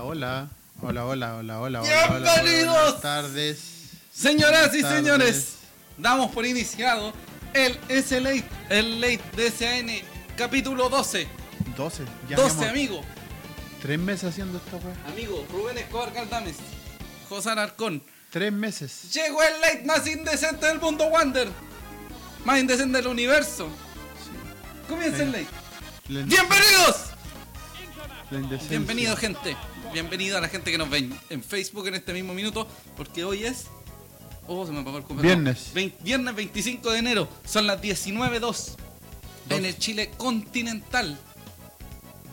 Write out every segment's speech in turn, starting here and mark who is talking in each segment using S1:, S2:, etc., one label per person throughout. S1: Hola, hola, hola, hola, hola. hola, hola, hola,
S2: Bienvenidos.
S1: Buenas tardes.
S2: Señoras y
S1: Buenas
S2: señores, damos por iniciado el S-Late, el Late DSAN, capítulo 12.
S1: 12. Ya
S2: 12,
S1: llevamos
S2: amigo.
S1: Tres meses haciendo esta weá.
S2: Amigo, Rubén Escobar Caldames, José Arcón.
S1: Tres meses.
S2: Llegó el Late más indecente del mundo, Wander. Más indecente del universo. Comienza el Late.
S1: La, in-
S2: ¡Bienvenidos!
S1: la indecencia.
S2: Bienvenido, gente. Bienvenido a la gente que nos ve en Facebook en este mismo minuto, porque hoy es. Oh, se me apagó el computador.
S1: Viernes.
S2: Vein- viernes 25 de enero, son las 19.02 en el Chile continental.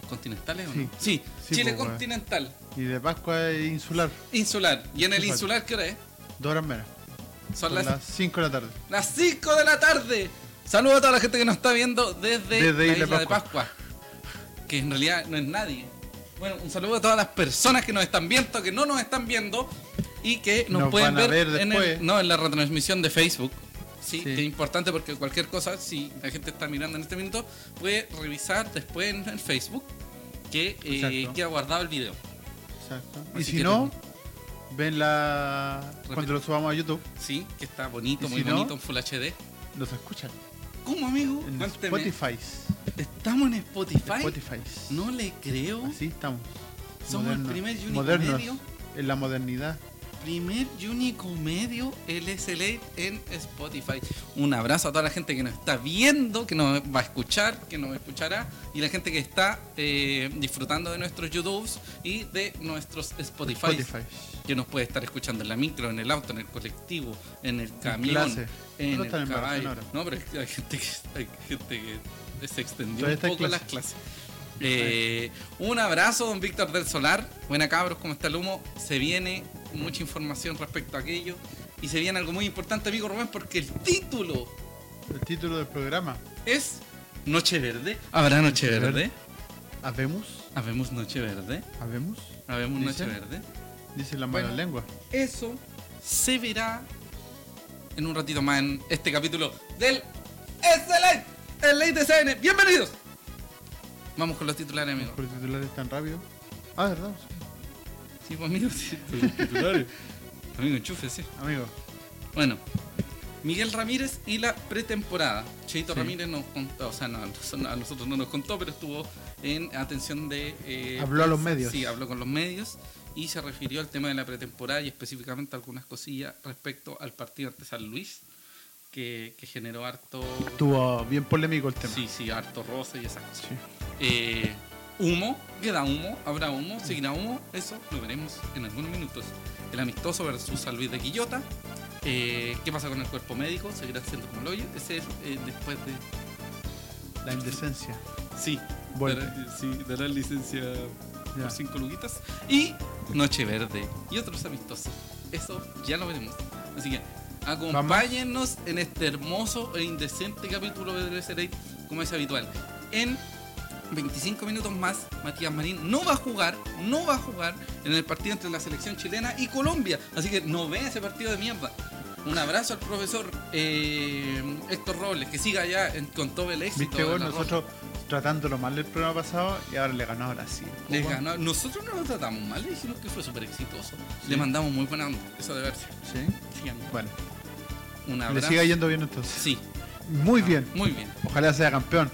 S2: ¿Continental es o no?
S1: Sí.
S2: Sí,
S1: Sí,
S2: Chile
S1: po, weón.
S2: continental,
S1: Y de Pascua e Insular.
S2: insular. ¿Y en el
S1: Insular.
S2: insular qué hora es?
S1: Dos horas menos.
S2: Son
S1: Son
S2: las
S1: las 5 de la tarde.
S2: las 5 de la tarde. Saludos a toda la gente que nos está viendo desde,
S1: Desde
S2: la
S1: Isla
S2: isla de Pascua. Que en realidad no es nadie. Bueno, un saludo a todas las personas que nos están viendo, que no nos están viendo y que nos,
S1: Nos
S2: pueden
S1: van a
S2: ver,
S1: ver
S2: en, el-
S1: después.
S2: no, en la retransmisión de Facebook. Sí,
S1: Sí.
S2: que es importante porque cualquier cosa, si la gente está mirando en este minuto, puede revisar después en el Facebook que eh,
S1: Exacto.
S2: queda guardado el video.
S1: Exacto.
S2: Así
S1: y si
S2: que
S1: no, ven la. Cuando lo subamos a YouTube,
S2: Sí, que está bonito,
S1: ¿Y si
S2: muy
S1: no?
S2: bonito en Full HD.
S1: nos escuchan.
S2: ¿Cómo, amigo?
S1: En
S2: Cuénteme.
S1: Spotify.
S2: ¿Estamos en Spotify?
S1: Spotify.
S2: No le creo.
S1: Así estamos.
S2: Somos el primer y único
S1: modernos,
S2: medio.
S1: En la modernidad.
S2: Primer y único medio LSLA en Spotify. Un abrazo a toda la gente que nos está viendo, que nos va a escuchar, que nos escuchará. Y la gente que está eh, disfrutando de nuestros YouTubes y de nuestros Spotify.
S1: Spotify.
S2: Que nos puede estar escuchando en la micro, en el auto, en el colectivo, en el camión,
S1: clase.
S2: en
S1: No
S2: el
S1: están en
S2: caballo.
S1: Barcelona ahora.
S2: No, pero es que hay gente que, hay gente que se extendió
S1: Todavía
S2: un
S1: está en
S2: poco las clases. Eh, un abrazo, don Víctor del Solar. Buena cabros, ¿cómo está el humo? Se viene mucha información respecto a aquello. Y se viene algo muy importante, amigo Rubén, porque el título
S1: El título del programa,
S2: es Noche Verde. ¿Habrá Noche
S1: Noche
S2: Verde?
S1: ¿habemos?
S2: ¿Habemos Noche Verde?
S1: ¿Habemos?
S2: ¿Habemos Noche
S1: ¿Dice?
S2: Verde?
S1: Dicen las malas
S2: Bueno.
S1: lenguas.
S2: Eso se verá en un ratito más en este capítulo del SLA, el Ley de CN. ¡Bienvenidos! Vamos con los titulares, amigos.
S1: Por titulares tan rápido. Ah, ¿verdad? Sí.
S2: Sí, pues amigos, sí, con los titulares. Amigo, enchufe, sí.
S1: Amigo,
S2: Bueno, Miguel Ramírez y la pretemporada. Cheito
S1: Sí.
S2: Ramírez nos contó, o sea, no, a nosotros- a nosotros no nos contó, pero estuvo en atención de... eh,
S1: Habló a los
S2: prensa.
S1: medios.
S2: Sí, habló con los medios y se refirió al tema de la pretemporada y específicamente algunas cosillas respecto al partido ante San Luis, que, que generó harto...
S1: estuvo bien polémico el tema.
S2: Sí, sí, harto roce y esas cosas.
S1: Sí.
S2: Eh, humo, queda humo, habrá humo, seguirá humo, eso lo veremos en algunos minutos. El amistoso versus San Luis de Quillota. Eh, ¿Qué pasa con el cuerpo médico? ¿Seguirá siendo como lo oye? Ese es eh, después de.
S1: La indecencia.
S2: Sí,
S1: Vuelve.
S2: dará, eh, sí, dará licencia
S1: Ya.
S2: por cinco luguitas. Y Noche Verde y otros amistosos. Eso ya lo veremos. Así que acompáñennos en este hermoso e indecente capítulo de DSLA, como es habitual. En 25 minutos más, Matías Marín no va a jugar, no va a jugar en el partido entre la selección chilena y Colombia. Así que no ve ese partido de mierda. Un abrazo al profesor eh, Héctor Robles, que siga allá en- con todo el éxito.
S1: Viste
S2: de
S1: vos,
S2: la Roja.
S1: nosotros tratándolo mal el programa pasado y ahora le ganó a Brasil.
S2: Les
S1: Ojo.
S2: ganó. Nosotros no lo tratamos mal, le dijimos que fue súper exitoso.
S1: Sí.
S2: Le mandamos muy buena onda, eso de verse.
S1: Sí.
S2: Sí, amigo.
S1: Bueno,
S2: Un
S1: le
S2: abrazo.
S1: siga yendo bien entonces.
S2: Sí.
S1: Muy
S2: Ah,
S1: bien.
S2: Muy bien.
S1: Ojalá sea campeón.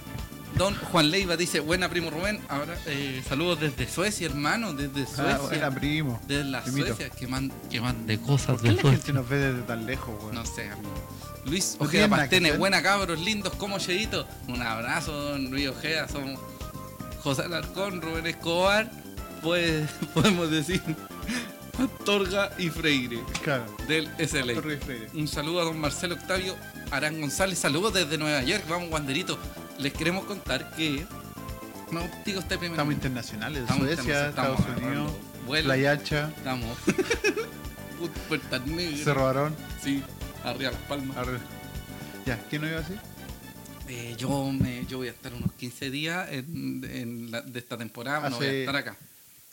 S2: Don Juan Leiva dice, buena primo Rubén, ahora eh, saludos desde Suecia, hermano, desde
S1: Ah, era
S2: Suecia.
S1: primo.
S2: desde la
S1: primito.
S2: Suecia, que man, que man de cosas
S1: ¿Por qué
S2: de
S1: la
S2: Suecia.
S1: gente nos ve desde tan lejos, weón?
S2: No sé, amigo. Luis
S1: No
S2: Ojeda
S1: tiene nada que
S2: Pastenes,
S1: hacer.
S2: buena cabros, lindos como Cheito. Un abrazo, don Luis Ojeda. Somos José Alarcón, Rubén Escobar, pues podemos decir Astorga y Freire
S1: Claro.
S2: del SLA.
S1: Torre Freire.
S2: Un saludo a don Marcelo Octavio Arán González. Saludos desde Nueva York. Vamos, Wanderito. Les queremos contar que. No, digo usted primero.
S1: Estamos internacionales.
S2: Estamos
S1: Suecia,
S2: internacionales, estamos
S1: Estados Unidos,
S2: agarrando vuelo,
S1: Playa Ancha,
S2: Estamos. Pu- Puerta Negra.
S1: Cerro Ah. Arón.
S2: Sí, arriba las palmas.
S1: Arre. Ya, ¿quién no iba a decir?
S2: Eh, yo, me, yo voy a estar unos 15 días en, en la- de esta temporada, no voy a
S1: Hace-
S2: estar acá.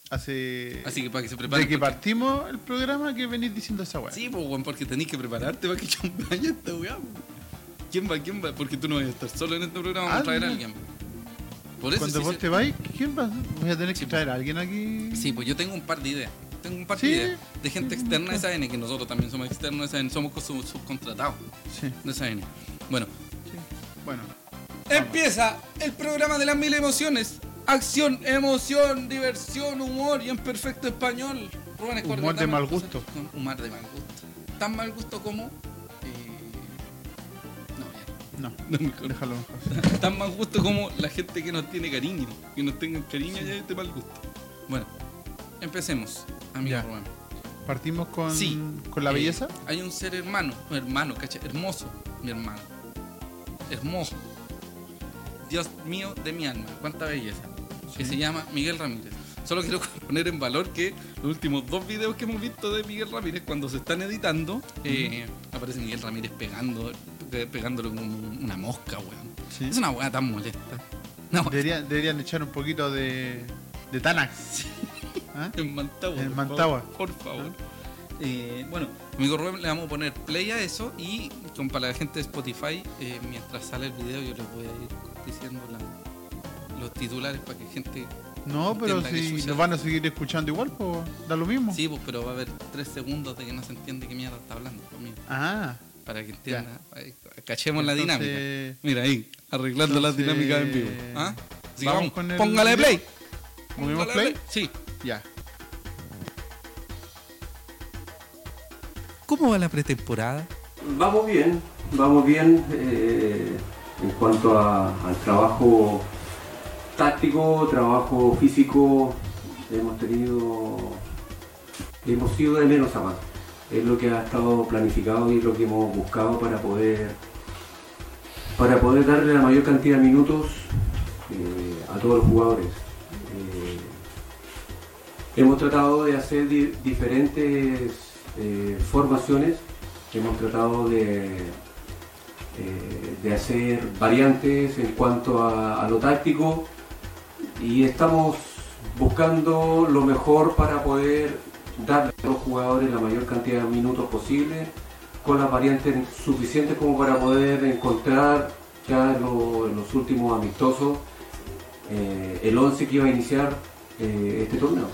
S1: Hace.
S2: Así que para que se preparen.
S1: de que
S2: porque-
S1: partimos el programa que venís diciendo esa weá.
S2: Sí, pues, weón, porque tenéis que prepararte para que yo vaya a pues. esta weá. weón. ¿Quién va? ¿Quién va? Porque tú no vas a estar solo en este programa, vamos a
S1: Ah,
S2: traer a
S1: mira.
S2: alguien. Por eso
S1: Cuando
S2: sí
S1: vos
S2: se-
S1: te vais, ¿quién va? Voy a tener
S2: Sí,
S1: que traer a alguien aquí.
S2: Sí, pues yo tengo un par de ideas. Tengo un par
S1: Sí.
S2: de ideas de gente externa de SAN, que nosotros también somos externos de SAN, somos co- sub- subcontratados
S1: Sí,
S2: de SAN. Bueno,
S1: sí. Bueno,
S2: empieza el programa de las mil emociones. Acción, emoción, diversión, humor y en perfecto español. Rubén Escorte,
S1: Humor de
S2: dame
S1: mal
S2: las
S1: gusto.
S2: cosas con Humor de mal gusto. Tan mal gusto como... eh, No, ya.
S1: no.
S2: No, mejor.
S1: Déjalo mejor.
S2: Tan mal gusto como la gente que no tiene cariño. Que no tengan cariño ya es de mal gusto. Bueno, empecemos, amigo
S1: Ya.
S2: Rubén.
S1: Partimos con,
S2: Sí.
S1: con la
S2: Eh,
S1: belleza.
S2: hay un ser hermano, un hermano, ¿cachai? Hermoso, mi hermano. Hermoso. Dios mío de mi alma, cuánta belleza. Que
S1: Sí.
S2: se llama Miguel Ramírez. Solo quiero poner en valor que los últimos dos videos que hemos visto de Miguel Ramírez, cuando se están editando, eh, aparece Miguel Ramírez pegando, pe- pegándole como un- una mosca, weón.
S1: Sí.
S2: Es una weá tan molesta. Una weá
S1: Deberían, deberían echar un poquito de, de Tanax. ¿Ah?
S2: En Mantagua.
S1: En
S2: por
S1: Mantagua.
S2: favor, Por favor. Eh, bueno, amigo Rubén, le vamos a poner play a eso y con, para la gente de Spotify, eh, mientras sale el video, yo les voy a ir diciendo la- los titulares para que gente.
S1: No, pero
S2: Entienda que es
S1: si
S2: sucia.
S1: nos van a seguir escuchando igual, pues da lo mismo.
S2: Sí, pues, pero va a haber tres segundos de que no se entiende qué mierda está hablando conmigo.
S1: Ah,
S2: Para que entienda. Ahí, Cachemos la dinámica.
S1: entonces,
S2: Mira ahí, arreglando las
S1: entonces,
S2: dinámicas en vivo. ¿Ah? Así que
S1: vamos
S2: vamos,
S1: con el
S2: póngale
S1: video.
S2: play.
S1: ¿Movimos
S2: Póngale
S1: play?
S2: Sí.
S1: Ya.
S2: ¿Cómo va la pretemporada?
S3: Vamos bien, vamos bien eh, en cuanto a- al trabajo táctico, trabajo físico, hemos tenido, hemos sido de menos a más. Es lo que ha estado planificado y es lo que hemos buscado para poder, para poder darle la mayor cantidad de minutos eh, a todos los jugadores. Eh, Hemos tratado de hacer di- diferentes eh, formaciones, hemos tratado de, eh, de hacer variantes en cuanto a, a lo táctico y estamos buscando lo mejor para poder darle a los jugadores la mayor cantidad de minutos posible con las variantes suficientes como para poder encontrar ya en, lo- en los últimos amistosos eh, el 11 que iba a iniciar eh, este torneo.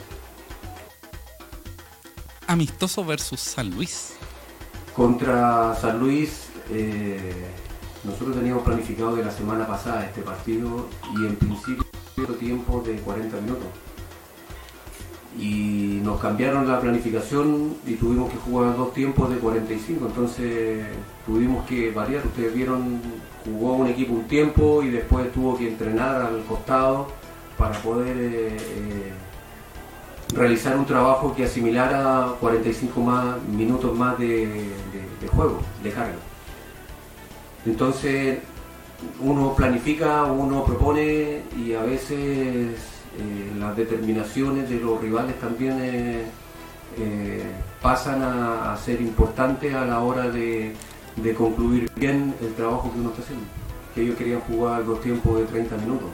S2: Amistoso versus San Luis.
S3: Contra San Luis, eh, nosotros teníamos planificado de la semana pasada este partido y en principio tiempo de 40 minutos. Y nos cambiaron la planificación y tuvimos que jugar dos tiempos de 45, entonces tuvimos que variar. Ustedes vieron, jugó un equipo un tiempo y después tuvo que entrenar al costado para poder eh, eh, realizar un trabajo que asimilara 45 más, minutos más de, de- de juego, de carga. Entonces, uno planifica, uno propone y a veces eh, las determinaciones de los rivales también eh, eh, pasan a, a ser importantes a la hora de, de concluir bien el trabajo que uno está haciendo. Que ellos querían jugar dos tiempos de 30 minutos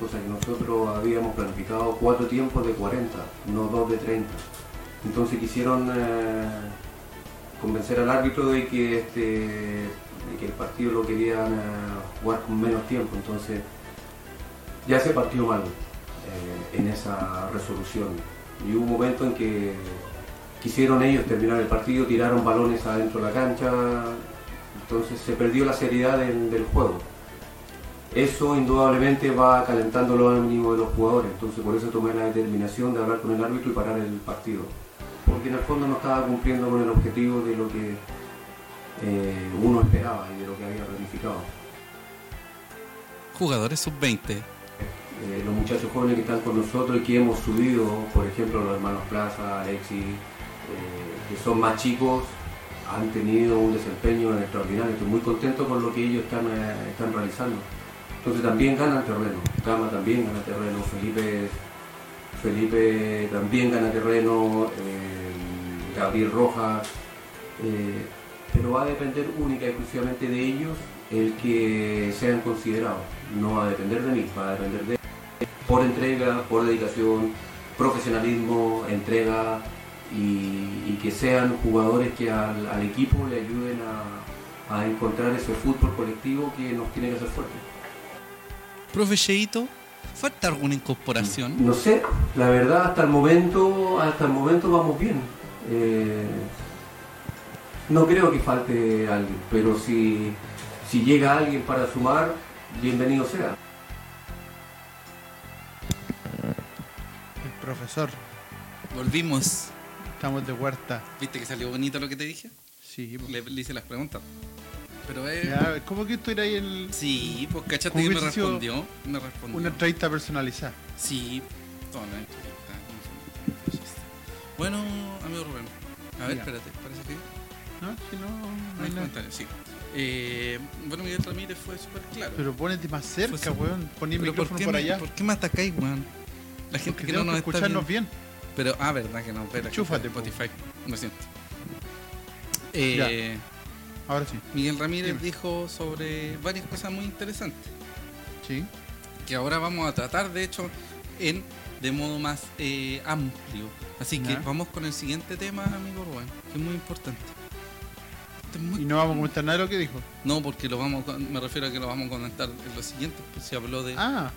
S3: cosa que nosotros habíamos planificado cuatro tiempos de 40, no dos de 30. Entonces quisieron eh, convencer al árbitro de que, este, de que el partido lo querían eh, jugar con menos tiempo, entonces ya se partió mal eh, en esa resolución. Y hubo un momento en que quisieron ellos terminar el partido, tiraron balones adentro de la cancha, entonces se perdió la seriedad del- del juego eso indudablemente va calentando los ánimos de los jugadores, entonces por eso tomé la determinación de hablar con el árbitro y parar el partido, porque en el fondo no estaba cumpliendo con el objetivo de lo que eh, uno esperaba y de lo que había planificado.
S2: Jugadores sub-20.
S3: Eh, los muchachos jóvenes que están con nosotros y que hemos subido, por ejemplo los hermanos Plaza, Alexis, eh, que son más chicos, han tenido un desempeño extraordinario. Estoy muy contento con lo que ellos están, eh, están realizando. Entonces también ganan terreno, Gama también gana terreno, Felipe, Felipe también gana terreno, eh, Gabriel Rojas, eh, pero va a depender única y exclusivamente de ellos el que sean considerados. No va a depender de mí, va a depender de por entrega, por dedicación, profesionalismo, entrega y, y que sean jugadores que al, al equipo le ayuden a, a encontrar ese fútbol colectivo que nos tiene que hacer fuertes.
S2: Profe Cheito, ¿Falta alguna incorporación?
S1: Mm.
S3: No sé, la verdad hasta el momento, hasta el momento vamos bien. Eh, no creo que falte alguien, pero si, si llega alguien para sumar, bienvenido sea.
S1: El profesor,
S2: Volvimos.
S1: estamos de huerta.
S2: ¿Viste que salió bonito lo que te dije?
S1: Sí, po.
S2: Le, le hice las preguntas. Pero eh,
S1: Ya, ¿Cómo que esto era ahí el,
S2: Sí, pues
S1: ¿Cómo
S2: cachate que me
S1: hubiese sido
S2: respondió. Me respondió.
S1: una entrevista personalizada?
S2: Sí, no, no, no, no, no, no, no, no. Bueno, amigo Rubén. A ver,
S1: Diga.
S2: espérate, parece que
S1: No, si no, no
S2: no
S1: hay
S2: hay
S1: nada.
S2: comentarios, sí. Eh, bueno, Miguel Ramírez fue súper claro.
S1: Pero ponete más cerca,
S2: Pues sí.
S1: weón. Poní el
S2: Pero
S1: micrófono
S2: ¿por qué
S1: por
S2: me-
S1: allá.
S2: ¿Por qué me atacáis, weón? La gente
S1: Porque
S2: que no
S1: tenemos
S2: nos
S1: que
S2: está
S1: escucharnos
S2: viendo.
S1: bien.
S2: Pero, ah, verdad que no, ve la gente
S1: Chúfate,
S2: de
S1: po.
S2: Spotify, lo siento. Eh,
S1: Ahora sí.
S2: Miguel Ramírez
S1: Dime.
S2: dijo sobre varias cosas muy interesantes
S1: Sí.
S2: que ahora vamos a tratar, de hecho, en de modo más eh, amplio. Así que
S1: Ya.
S2: vamos con el siguiente tema, amigo Rubén, que es muy importante. Este es muy-
S1: Y no vamos a comentar nada de lo que dijo.
S2: No, porque lo vamos, a- me refiero a que lo vamos a comentar en lo siguiente. pues, se habló de,
S1: Ah,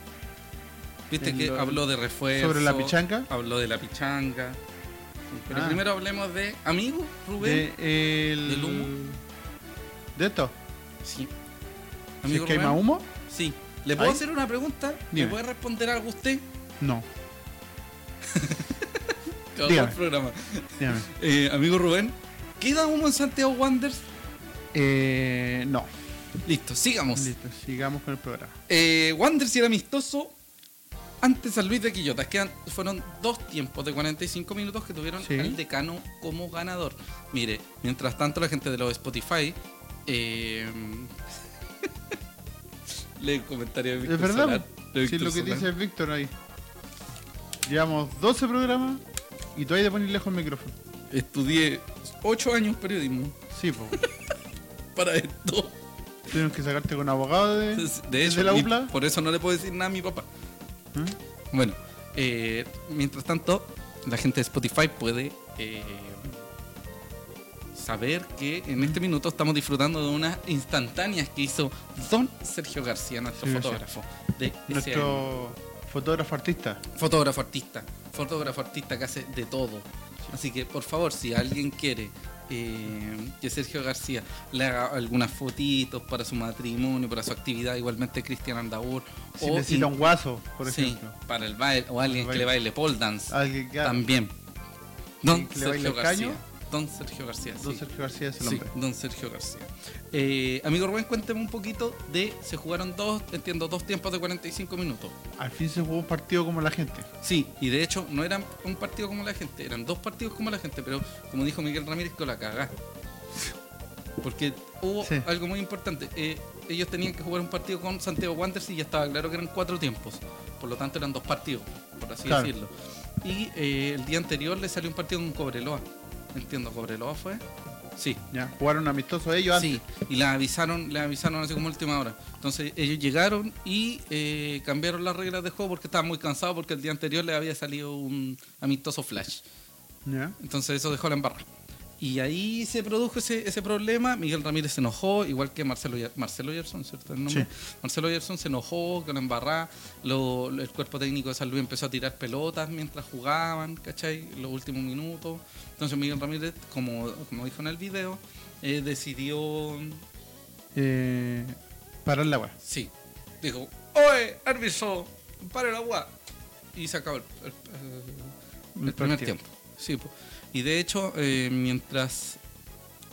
S2: viste
S1: en
S2: que
S1: lo-
S2: habló de refuerzo.
S1: sobre la pichanga.
S2: Habló de la pichanga. Pero
S1: Ah.
S2: primero hablemos de amigo Rubén.
S1: De el...
S2: del humo.
S1: De esto.
S2: Sí.
S1: Si es
S2: Amigo
S1: que hay
S2: Rubén.
S1: más humo,
S2: Sí. ¿Le puedo
S1: ¿Ahí?
S2: hacer una pregunta? ¿Le
S1: Dime.
S2: puede responder algo usted?
S1: no.
S2: Acabó
S1: Dígame.
S2: el programa.
S1: Dígame.
S2: Eh, amigo Rubén, ¿queda humo en Santiago Wanderers?
S1: Eh, no.
S2: Listo, sigamos.
S1: Listo, sigamos con el programa.
S2: Eh, Wanderers era amistoso ante San Luis de Quillota. Quedan, fueron dos tiempos de 45 minutos que tuvieron
S1: Sí.
S2: al decano como ganador. Mire, mientras tanto la gente de los Spotify... eh, lee el comentario de Víctor
S1: Es verdad.
S2: Solar, de
S1: Si
S2: Víctor
S1: lo que
S2: Solar.
S1: dice Víctor ahí. Llevamos 12 programas y todavía te pones lejos el micrófono.
S2: Estudié 8 años periodismo
S1: Sí, po.
S2: para esto.
S1: Tuvimos que sacarte con abogado de.
S2: De hecho,
S1: ¿De ¿Eh? la
S2: mi-
S1: UPLA?
S2: por eso no le puedo decir nada a mi papá.
S1: ¿Mm?
S2: Bueno, eh, mientras tanto, la gente de Spotify puede eh, saber que en este minuto estamos disfrutando de unas instantáneas que hizo don Sergio García, nuestro
S1: Sí, García.
S2: fotógrafo. De ese
S1: Nuestro fotógrafo artista.
S2: fotógrafo artista, fotógrafo artista que hace de todo. Así que, por favor, si alguien quiere eh, que Sergio García le haga algunas fotitos para su matrimonio, para su actividad, igualmente Cristian Andaur,
S1: Si
S2: o
S1: necesita
S2: in-
S1: un guaso, por
S2: Oh, sí,
S1: ejemplo.
S2: para el baile, o alguien
S1: Para
S2: que
S1: el
S2: le baile pole dance.
S1: Alguien que haga-
S2: También. Don
S1: que le baile
S2: Sergio
S1: el caño.
S2: García. Don Sergio García.
S1: Don
S2: sí.
S1: Sergio García es el
S2: Sí,
S1: hombre.
S2: don Sergio García. Eh, amigo Rubén, cuénteme un poquito de. Se jugaron dos, entiendo, dos tiempos de 45 minutos.
S1: Al fin se jugó un partido como la gente.
S2: Sí, y de hecho no eran un partido como la gente, eran dos partidos como la gente, pero como dijo Miguel Ramírez, que la cagá. Porque hubo
S1: Sí.
S2: algo muy importante. eh, ellos tenían que jugar un partido con Santiago Wanderers y ya estaba claro que eran cuatro tiempos. Por lo tanto, eran dos partidos, por así
S1: Claro.
S2: decirlo. Y eh, el día anterior le salió un partido con Cobreloa. Entiendo, ¿Cobreloa fue? Sí.
S1: Ya, jugaron amistoso ellos
S2: Sí, y la avisaron, le avisaron así como a última hora. Entonces ellos llegaron y eh, cambiaron las reglas de juego porque estaban muy cansados porque el día anterior les había salido un amistoso flash.
S1: antes. Ya.
S2: Entonces eso dejó la embarra. Y ahí se produjo ese, ese problema. Miguel Ramírez se enojó, igual que Marcelo, Ye- Marcelo Yerson, ¿cierto? El nombre? Marcelo Yerson se enojó con la embarrada. Lo- lo- el cuerpo técnico de San Luis empezó a tirar pelotas mientras jugaban, ¿cachai? En Los últimos minutos. Entonces Miguel Ramírez, como, como dijo en el video, eh, decidió.
S1: Eh, parar la weá.
S2: Sí, dijo: ¡Oye, árbitro! ¡Pare la weá! Y se acabó el- el- el el primer tiempo. Sí, po. y de hecho, eh, mientras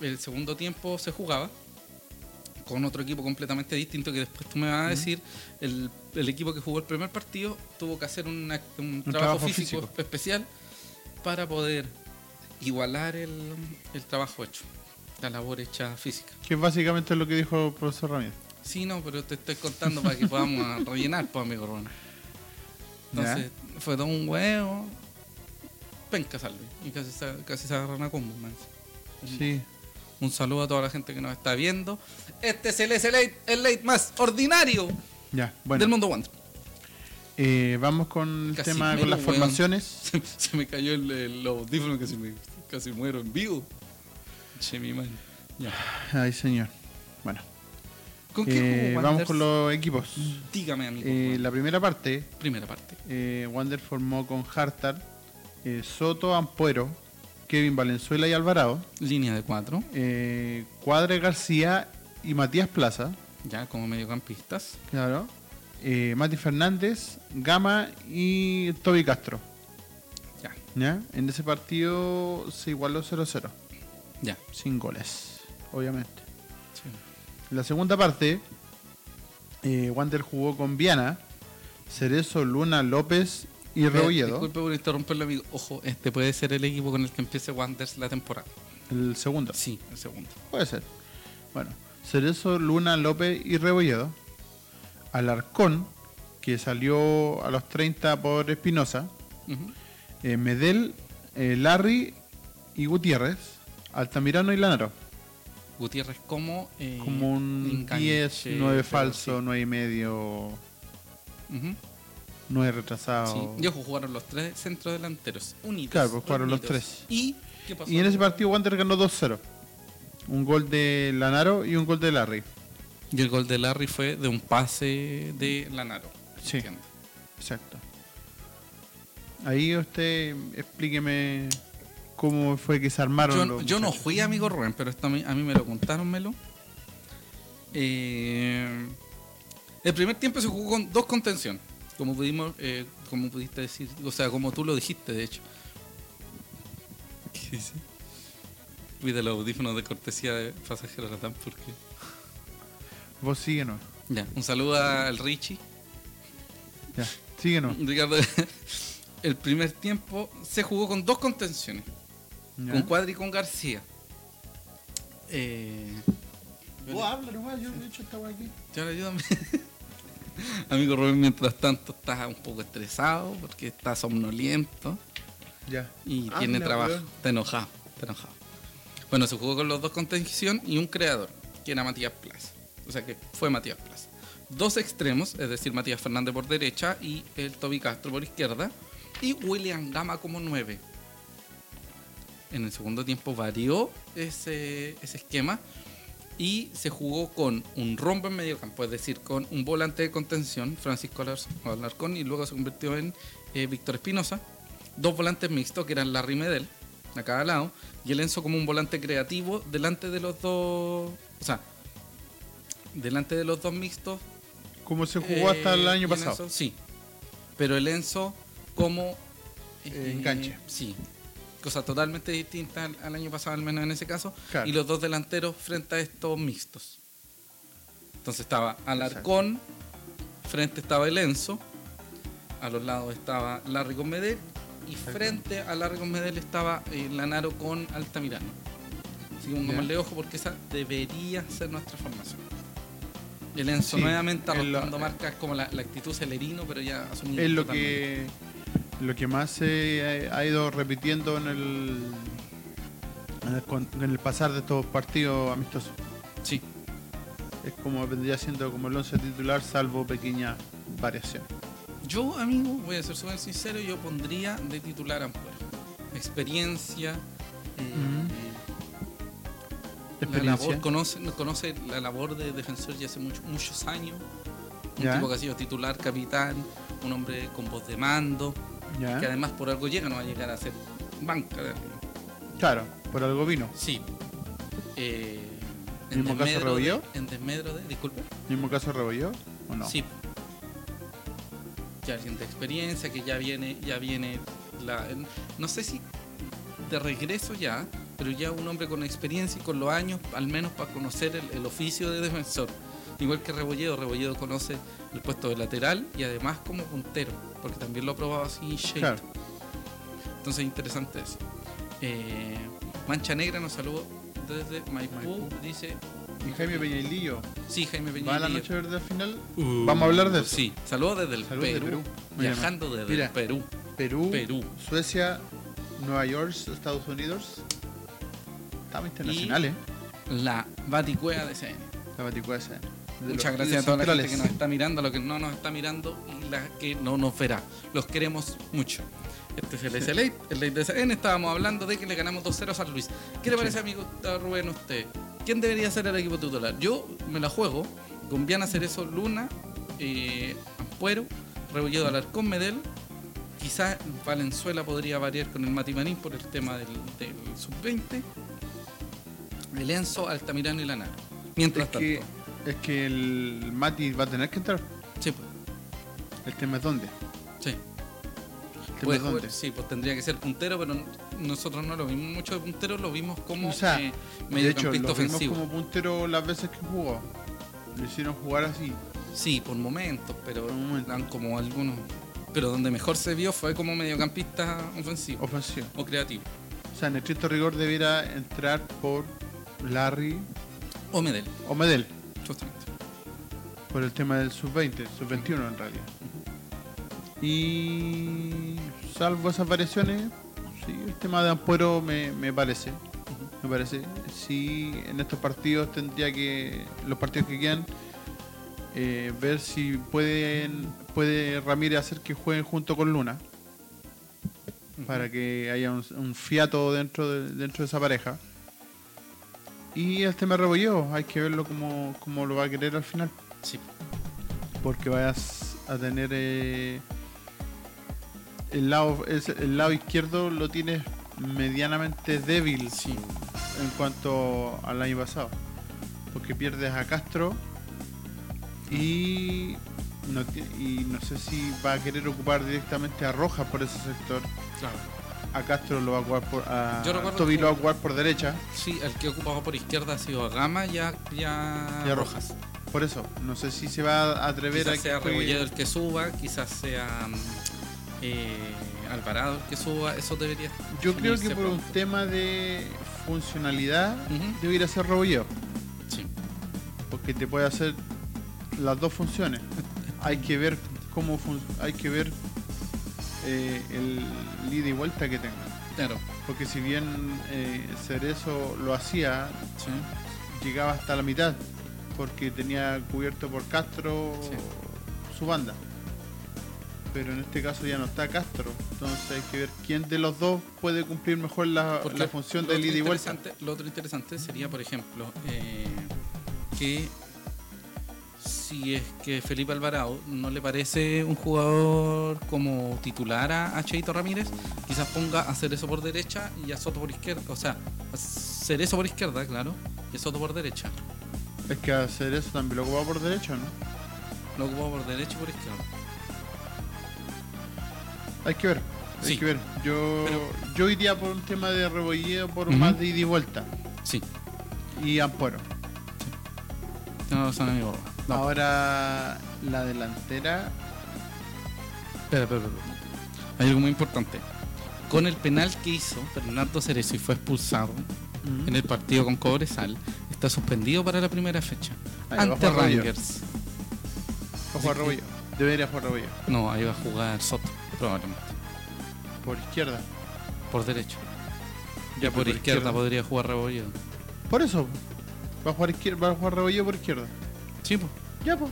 S2: el segundo tiempo se jugaba con otro equipo completamente distinto, que después tú me vas a decir, el, el equipo que jugó el primer partido tuvo que hacer una- un, trabajo,
S1: trabajo
S2: físico,
S1: físico.
S2: especial para poder igualar el, el trabajo hecho, la labor hecha física.
S1: Que es básicamente lo que dijo el profesor Ramírez.
S2: Sí, no, pero te estoy contando para que podamos rellenar, pues, amigo Rona. Entonces, fue todo un huevo. Penca salve. Y casi se, casi se agarran a combo, man.
S1: Sí.
S2: Un saludo a toda la gente que nos está viendo. Este es el late, el late más ordinario
S1: Ya, bueno.
S2: del mundo Wander.
S1: Eh, vamos con el
S2: Casi
S1: tema,
S2: mero,
S1: con las
S2: weón.
S1: formaciones.
S2: Se, se me cayó el, el audífono, casi, me, casi muero en vivo. Che, mi man. Ya.
S1: Ay, señor. Bueno.
S2: ¿Con
S1: Eh,
S2: qué jugó Mm.
S1: vamos
S2: Wanderers?
S1: con los equipos.
S2: Dígame, amigo.
S1: Eh, la primera parte,
S2: Primera parte.
S1: eh, Wander formó con Hartar, eh, Soto, Ampuero, Kevin Valenzuela y Alvarado,
S2: Línea de cuatro,
S1: eh, Cuadre García y Matías Plaza,
S2: ya como mediocampistas.
S1: claro, eh, Mati Fernández, Gama y Toby Castro.
S2: Ya,
S1: ¿ya? En ese partido se igualó 0-0,
S2: ya.
S1: sin goles, obviamente.
S2: sí.
S1: En la segunda parte, eh, Wander jugó con Viana, Cerezo, Luna, López y
S2: Espera,
S1: Rebolledo.
S2: Disculpe por interrumpirlo, amigo. Ojo, este puede ser el equipo con el que empiece Wanderers la temporada.
S1: El segundo.
S2: Sí, el segundo.
S1: Puede ser. Bueno, Cerezo, Luna, López y Rebolledo. Alarcón, que salió a los 30 por Espinosa.
S2: Ujú.
S1: Eh, Medel, eh, Larry y Gutiérrez. Altamirano y Lanaro.
S2: Gutiérrez como... eh,
S1: Como un
S2: enganche,
S1: 10, 9
S2: pero
S1: falso, 9 y medio,
S2: sí. Ujú,
S1: 9 retrasado.
S2: sí. Y ojo, jugaron los tres centrodelanteros. Unidos.
S1: Claro, pues jugaron los
S2: reunidos.
S1: tres.
S2: ¿Y qué pasó?
S1: Y en ese partido Wander ganó 2-0. Un gol de Lanaro y un gol de Larry.
S2: Y el gol de Larry fue de un pase de Lanaro.
S1: Sí.
S2: Entiendo.
S1: Exacto. Ahí usted explíqueme cómo fue que se armaron
S2: Yo,
S1: los
S2: yo no
S1: muchachos.
S2: fui amigo Rubén, pero esto a mí, a mí me lo contaron, Melo. Eh, el primer tiempo se jugó con dos contención, como pudimos, eh, como pudiste decir, o sea, como tú lo dijiste, de hecho. ¿Qué dice? Cuida los audífonos de cortesía de pasajeros Latam, porque.
S1: Vos síguenos.
S2: Ya, un saludo al Richie.
S1: Ya,
S2: Ah.
S1: síguenos.
S2: Ricardo, el primer tiempo se jugó con dos contenciones.
S1: Ya.
S2: Mm, con Cuadri y con García. Eh,
S1: Vos habla nomás, yo he hecho esta weá aquí.
S2: yo le ayudo a mi- Amigo Rubén, mientras tanto, está un poco estresado porque está somnoliento
S1: Ya.
S2: y
S1: Habla,
S2: tiene trabajo.
S1: weón.
S2: Está enojado, está enojado. Bueno, se jugó con los dos contención y un creador, que era Matías Plaza. O sea que fue Matías Plaza. Dos extremos, es decir, Matías Fernández por derecha y el Toby Castro por izquierda. Y William Gama como nueve. En el segundo tiempo varió ese, ese esquema y se jugó con un rombo en medio campo, es decir, con un volante de contención, Francisco Alar- Alarcón, y luego se convirtió en eh, Víctor Espinosa. Dos volantes mixtos, que eran Larry Medel, a cada lado, y el Enzo como un volante creativo delante de los dos. O sea, delante de los dos mixtos.
S1: Como se jugó hasta el
S2: eh, y
S1: año pasado.
S2: Enzo- sí. Pero el Enzo como.
S1: Eh, enganche.
S2: Sí. Cosa totalmente distinta al, al año pasado, al menos en ese caso.
S1: Claro.
S2: Y los dos delanteros frente a estos mixtos. Entonces estaba Alarcón, frente estaba el Enzo, a los lados estaba Larry con Medel y frente a Larry con Medel estaba eh, Lanaro con Altamirano. Así que pongámosle ojo porque esa debería ser nuestra formación. El Enzo
S1: Sí,
S2: nuevamente
S1: es lo-
S2: arrastrando marcas como la, la actitud celerino, pero ya asumiendo.
S1: Es lo que, lo que más se ha ha ido repitiendo en el, en el, con- en el pasar de estos partidos amistosos.
S2: Sí,
S1: Es como vendría siendo como el 11 titular, salvo pequeñas variaciones.
S2: Yo, amigo, voy a ser súper sincero, yo pondría de titular a Ampuero. Experiencia. eh, La labor,
S1: Mm. Experiencia.
S2: conoce, conoce la labor de defensor ya hace mucho- muchos años. Un
S1: Ya.
S2: tipo que ha sido titular, capitán, un hombre con voz de mando,
S1: Ya.
S2: que además por algo llega, no va a llegar a ser banca. de-
S1: Claro, por algo vino.
S2: Sí. Eh,
S1: ¿Mismo caso
S2: desmedro de-
S1: Rebolledo?
S2: En desmedro de. Disculpe.
S1: Mismo caso Rebolló, ¿o no?
S2: Sí. Ya alguien de experiencia, que ya viene, ya viene la, el- no sé si de regreso ya, pero ya un hombre con experiencia y con los años, al menos para conocer el, el oficio de defensor. Igual que Rebolledo, Rebolledo conoce el puesto de lateral y además como puntero, porque también lo ha probado así Sheik.
S1: Claro.
S2: Entonces interesante eso. Eh, Mancha Negra nos saludó desde Maipú,
S1: Maipú.
S2: dice,
S1: Y Jaime Peñalillo,
S2: sí, Jaime Peña.
S1: va a la noche verde al final. Vamos a hablar de eso.
S2: Mm, Sí, saludos desde el
S1: Saludos de
S2: Perú.
S1: Perú. Mira,
S2: Viajando desde
S1: mira.
S2: el Perú.
S1: Perú,
S2: Perú.
S1: Suecia, Nueva York, Estados Unidos. Estamos internacionales,
S2: La Baticuea de CN.
S1: ¿eh? la Baticueva esa. De los
S2: Muchas gracias
S1: estudios
S2: a toda la gente
S1: centrales.
S2: que nos está mirando, a los que no nos está mirando y la que no nos verá. Los queremos mucho. Este es el SLA, el late de CN. Estábamos hablando de que le ganamos 2-0 a San Luis. ¿Qué le parece, amigo eh, Rubén, a usted? ¿Quién debería ser el equipo titular? Yo me la juego Gombiana, Cerezo, Luna, eh, Ampuero, Rebolledo, Alarcón, Medel. Quizás Valenzuela podría variar con el Matimanín por el tema del, del sub-20. El Enzo, Altamirano y Lanaro. Mientras
S1: Es que,
S2: tanto.
S1: es que el Mati va a tener que entrar.
S2: Sí, pues,
S1: El tema es dónde.
S2: sí.
S1: El tema
S2: Puede
S1: es dónde.
S2: jugar, sí, pues tendría que ser puntero, pero nosotros no lo vimos mucho de puntero, lo vimos como
S1: O sea,
S2: eh,
S1: De hecho,
S2: mediocampista
S1: lo vimos
S2: ofensivo.
S1: como puntero las veces que jugó. Lo hicieron jugar así.
S2: Sí, por momentos, pero
S1: Por momentos.
S2: dan como algunos. Pero donde mejor se vio fue como mediocampista ofensivo
S1: Ofensivo.
S2: o creativo.
S1: O sea, en estricto rigor debiera entrar por Larry
S2: O Medel,
S1: o Medel.
S2: justamente.
S1: Por el tema del sub-20, sub-21 en realidad. Y salvo esas variaciones, sí, el tema de Ampuero me, me parece. Me parece. Sí, en estos partidos tendría que, los partidos que quedan, eh, ver si pueden, puede Ramírez hacer que jueguen junto con Luna. Para que haya un, un fiato dentro de, dentro de esa pareja. Y el tema de Rebolleo, hay que verlo como, como lo va a querer al final
S2: Sí, pues,
S1: porque vayas a tener eh, el lado es- el lado izquierdo lo tienes medianamente débil
S2: sí.
S1: en cuanto al año pasado porque pierdes a Castro y no, ti- y no sé si va a querer ocupar directamente a Rojas por ese sector
S2: Claro.
S1: a Castro lo va a ocupar por a
S2: Yo recuerdo
S1: Toby
S2: que-
S1: lo va a ocupar por derecha
S2: Sí, el que ocupaba por izquierda ha sido a Gama y a, y a
S1: Y a
S2: Rojas.
S1: por eso no sé si se va a atrever
S2: Quizás
S1: a
S2: sea
S1: que juegue-
S2: Rebolledo el que suba, quizás sea mm, eh, Alvarado el que suba, eso debería
S1: Yo creo que
S2: definirse
S1: por un
S2: pronto.
S1: tema de funcionalidad
S2: Ujú.
S1: debería ser Rebolleo,
S2: Sí.
S1: porque te puede hacer las dos funciones. Hay que ver cómo fun- hay que ver eh, el ida y vuelta que tenga.
S2: Claro,
S1: Porque si bien eh, Cerezo lo hacía,
S2: sí.
S1: llegaba hasta la mitad, porque tenía cubierto por Castro
S2: Sí.
S1: su banda. Pero en este caso ya no está Castro, entonces hay que ver quién de los dos puede cumplir mejor la,
S2: Porque
S1: la función
S2: lo
S1: del
S2: otro
S1: ida y vuelta.
S2: interesante- Lo otro interesante sería, por ejemplo, eh, que si es que Felipe Alvarado no le parece un jugador como titular a, a Cheito Ramírez, quizás ponga a Cerezo por derecha y a Soto por izquierda. O sea, a Cerezo por izquierda, claro, y a Soto por derecha.
S1: Es que hacer eso también lo ocupaba por derecho, ¿no?
S2: Lo ocupaba por derecha y por izquierda.
S1: Hay que ver, hay
S2: Sí.
S1: que ver. Yo, yo iría por un tema de rebollido, por
S2: Ujú.
S1: más de ida y vuelta.
S2: Sí,
S1: Y Ampuero.
S2: no lo sabe mi papá. No,
S1: Ahora la delantera.
S2: espera, espera, espera. Hay algo muy importante. Con el penal que hizo Bernardo Cerezo y fue expulsado, en el partido con Cobresal está suspendido para la primera fecha.
S1: Ahí,
S2: Ante
S1: bajo Arroyo.
S2: Rangers.
S1: Va a jugar Rebolledo. eh, Debería jugar Rebolledo.
S2: No, ahí va a jugar Soto, probablemente.
S1: Por izquierda.
S2: Por derecho. Ya por,
S1: por
S2: izquierda,
S1: izquierda.
S2: podría jugar Rebolledo.
S1: Por eso. Va a jugar, izquier- va a jugar Rebolledo por izquierda.
S2: Sí, po.
S1: Ya, pues.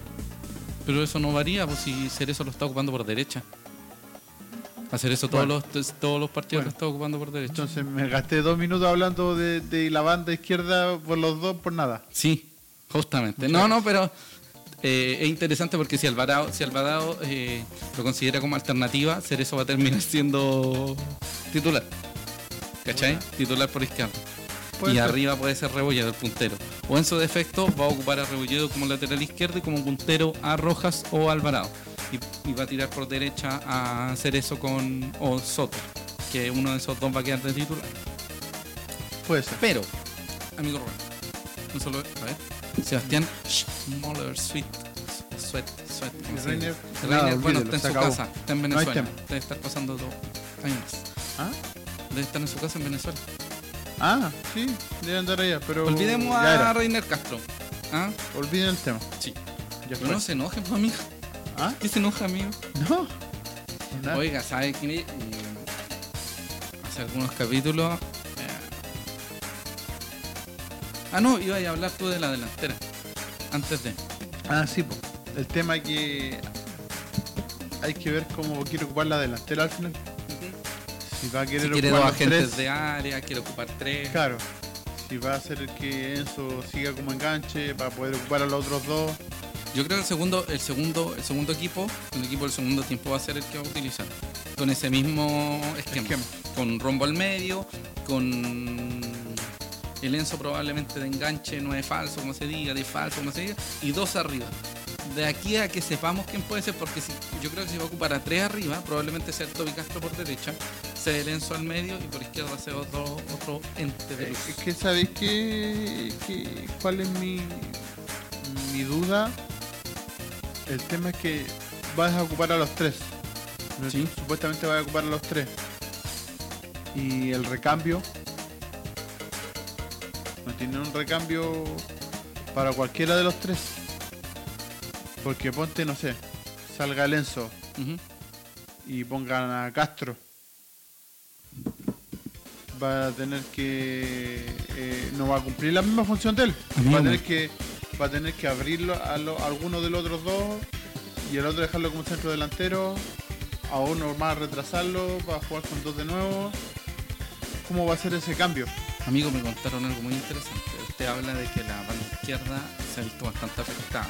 S2: pero eso no varía pues, si Cerezo lo está ocupando por derecha. A Cerezo
S1: Bueno.
S2: todos, los, todos los partidos
S1: Bueno.
S2: lo está ocupando por derecha.
S1: Entonces me gasté dos minutos hablando de, de la banda izquierda por los dos, por nada.
S2: Sí, justamente.
S1: Muchas
S2: no, no, pero eh, es interesante porque si Alvarado, si Alvarado eh, lo considera como alternativa, Cerezo va a terminar siendo titular. ¿Cachai? Titular por izquierda.
S1: Puede
S2: y
S1: ser.
S2: arriba puede ser Rebolledo el puntero. O en su defecto va a ocupar a Rebolledo como lateral izquierdo y como puntero a Rojas o Alvarado. Y, y va a tirar por derecha a Cerezo con o Soto, que uno de esos dos va a quedar de titular.
S1: Puede ser.
S2: Pero, amigo Rubén, un solo. A ver. Sebastián Moller, Sweet. Sweat, sweat. ¿cómo se
S1: Reiner-
S2: dice?
S1: nada,
S2: Reiner, bueno,
S1: olvídelo,
S2: está
S1: se
S2: en su
S1: acabó.
S2: casa, está en
S1: No hay
S2: Venezuela.
S1: tema.
S2: Debe estar pasando dos años.
S1: ¿Ah?
S2: Debe estar en su casa en Venezuela.
S1: Ah, sí, debe andar allá, pero.
S2: Olvidemos
S1: ya
S2: a
S1: era.
S2: Reiner Castro. ¿Ah?
S1: Olviden el tema.
S2: Sí.
S1: Ya
S2: Pero
S1: fue.
S2: no se enoje, pues, amigo.
S1: ¿Ah?
S2: ¿Qué se enoja, amigo?
S1: No. Nada.
S2: Oiga, ¿sabe quién es? Eh, hace algunos capítulos. eh, Ah, no, iba a hablar tú de la delantera. Antes de.
S1: Ah, sí, po. el tema que hay que ver cómo quiere ocupar la delantera al final. Si va a querer
S2: Si quiere
S1: ocupar
S2: dos
S1: los
S2: agentes
S1: tres,
S2: de área, quiere ocupar tres.
S1: claro. Si va a hacer que Enzo siga como enganche para poder ocupar a los otros dos.
S2: Yo creo que el segundo, el segundo, el segundo equipo, el equipo del segundo tiempo va a ser el que va a utilizar. Con ese mismo esquema.
S1: Esquema.
S2: Con rombo al medio, con el Enzo probablemente de enganche, no es falso, como se diga, de falso, como se diga, y dos arriba. De aquí a que sepamos quién puede ser, porque si, yo creo que si va a ocupar a tres arriba, probablemente sea el Toby Castro por derecha, sea el Enzo al medio y por izquierda sea otro, otro ente de
S1: Eh,
S2: luz.
S1: Es que sabéis que, que- cuál es mi, mi duda. El tema es que vas a ocupar a los tres. ¿no?
S2: Sí.
S1: Supuestamente vas a ocupar a los tres. Y el recambio. No tienen un recambio para cualquiera de los tres. Porque ponte, no sé, salga Lenzo
S2: Ujú.
S1: y pongan a Castro. Va a tener que. eh, no va a cumplir la misma función de él. Va a tener que, va a tener que abrirlo a, lo- a alguno de los otros dos y el otro dejarlo como centro delantero. A uno más retrasarlo para jugar con dos de nuevo. ¿Cómo va a ser ese cambio?
S2: Amigo, me contaron algo muy interesante. Usted habla de que la banda izquierda se ha visto bastante afectada.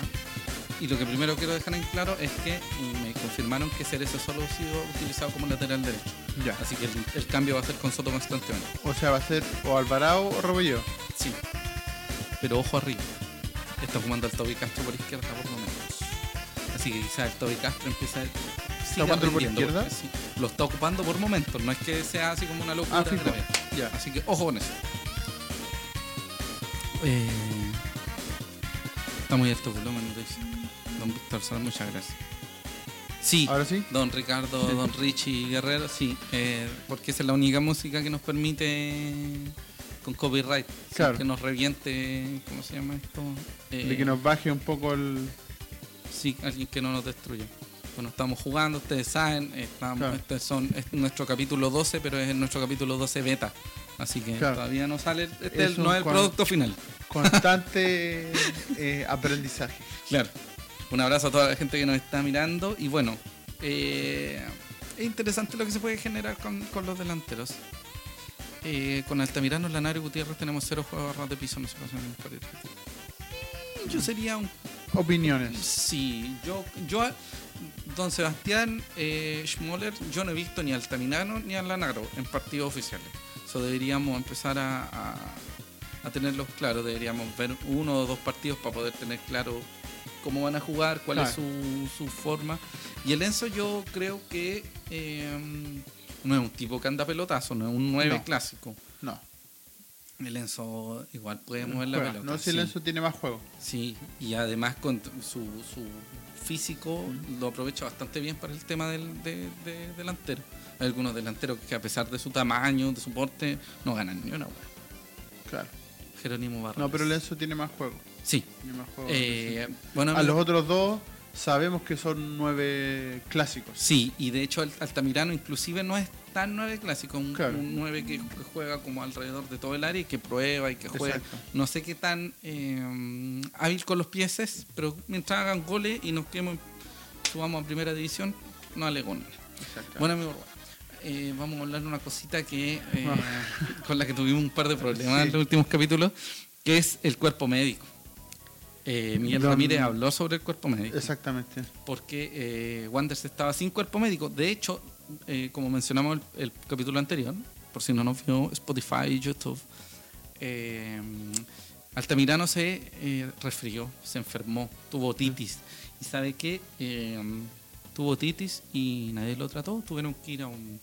S2: Y lo que primero quiero dejar en claro es que y me confirmaron que Cerezo solo ha sido utilizado como lateral derecho.
S1: Ya.
S2: Así que el, el cambio va a ser con Soto Constantiano.
S1: O sea, va a ser o Alvarado o Robello.
S2: Sí. Pero ojo arriba. Está jugando el Toby Castro por izquierda por momentos. Así que quizás el Toby Castro empieza a. siga
S1: ocupando por
S2: rindiendo,
S1: izquierda?
S2: porque sí, lo está ocupando por momentos. No es que sea así como una locura.
S1: Ah, fijo.
S2: grave.
S1: Ya.
S2: Así que ojo con eso.
S1: Eh,
S2: Está muy alto el volumen, Luis. Don Víctor Sal, muchas gracias. Sí,
S1: Ahora sí.
S2: don Ricardo, don Richie Guerrero, sí, eh, porque esa es la única música que nos permite con copyright, sin
S1: Claro.
S2: que nos reviente, ¿cómo se llama esto? Eh,
S1: De que nos baje un poco el.
S2: Sí, alguien que no nos destruya. Bueno, estamos jugando, ustedes saben, estamos,
S1: Claro.
S2: este son, es nuestro capítulo 12, pero es nuestro capítulo 12 beta. Así que
S1: Claro.
S2: todavía no sale, este
S1: Eso
S2: no es el
S1: cuando-
S2: producto final.
S1: constante eh, aprendizaje.
S2: Claro. Un abrazo a toda la gente que nos está mirando. Y bueno, eh, es interesante lo que se puede generar con, con los delanteros. Eh, con Altamirano, Lanaro y Gutiérrez tenemos cero juegos a ras de piso en esa ocasión en el partido. Mm, Yo sería un
S1: Opiniones.
S2: Sí, yo, yo a- Don Sebastián eh, Schmoller, yo no he visto ni al Taminano ni al Lanaro en partidos oficiales. Eso deberíamos empezar a, a, a tenerlos claros. Deberíamos ver uno o dos partidos para poder tener claro cómo van a jugar, cuál es
S1: Claro.
S2: su, su forma. Y el Enzo, yo creo que eh, no es un tipo que anda pelotazo, no es un 9
S1: No.
S2: clásico.
S1: No.
S2: El Enzo igual puede mover la
S1: Juega.
S2: pelota.
S1: No, si
S2: sí.
S1: el Enzo tiene más juego.
S2: Sí, y además con t- su, su físico lo aprovecha bastante bien para el tema del de- de- delantero. Hay algunos delanteros que a pesar de su tamaño, de su porte, no ganan ni una hueá.
S1: Claro.
S2: Jerónimo Barros.
S1: No, pero el Enzo tiene más juego.
S2: Sí.
S1: Tiene más juego.
S2: Eh, bueno,
S1: a los
S2: amigo,
S1: otros dos sabemos que son nueve clásicos.
S2: sí, y de hecho Alt- Altamirano inclusive no es tan nueve clásico, un,
S1: Claro.
S2: un nueve que, que juega como alrededor de todo el área y que prueba y que juega.
S1: Exacto.
S2: No sé qué tan eh, hábil con los pies es, pero mientras hagan goles y nos quedemos, subamos a primera división, no alegó nada. Bueno, amigo, Rubén, eh, vamos a hablar de una cosita que eh, con la que tuvimos un par de problemas en
S1: Ah. Sí.
S2: los últimos capítulos, que es el cuerpo médico. Eh, Miguel
S1: Don-
S2: Ramírez habló sobre el cuerpo médico
S1: Exactamente.
S2: porque eh, Wanderers estaba sin cuerpo médico. De hecho, eh, como mencionamos el, el capítulo anterior, por si no nos vio Spotify y YouTube, eh, Altamirano se eh, resfrió, se enfermó, tuvo otitis. ¿Y sabe qué? Eh, tuvo otitis y nadie lo trató. Tuvieron que ir a un,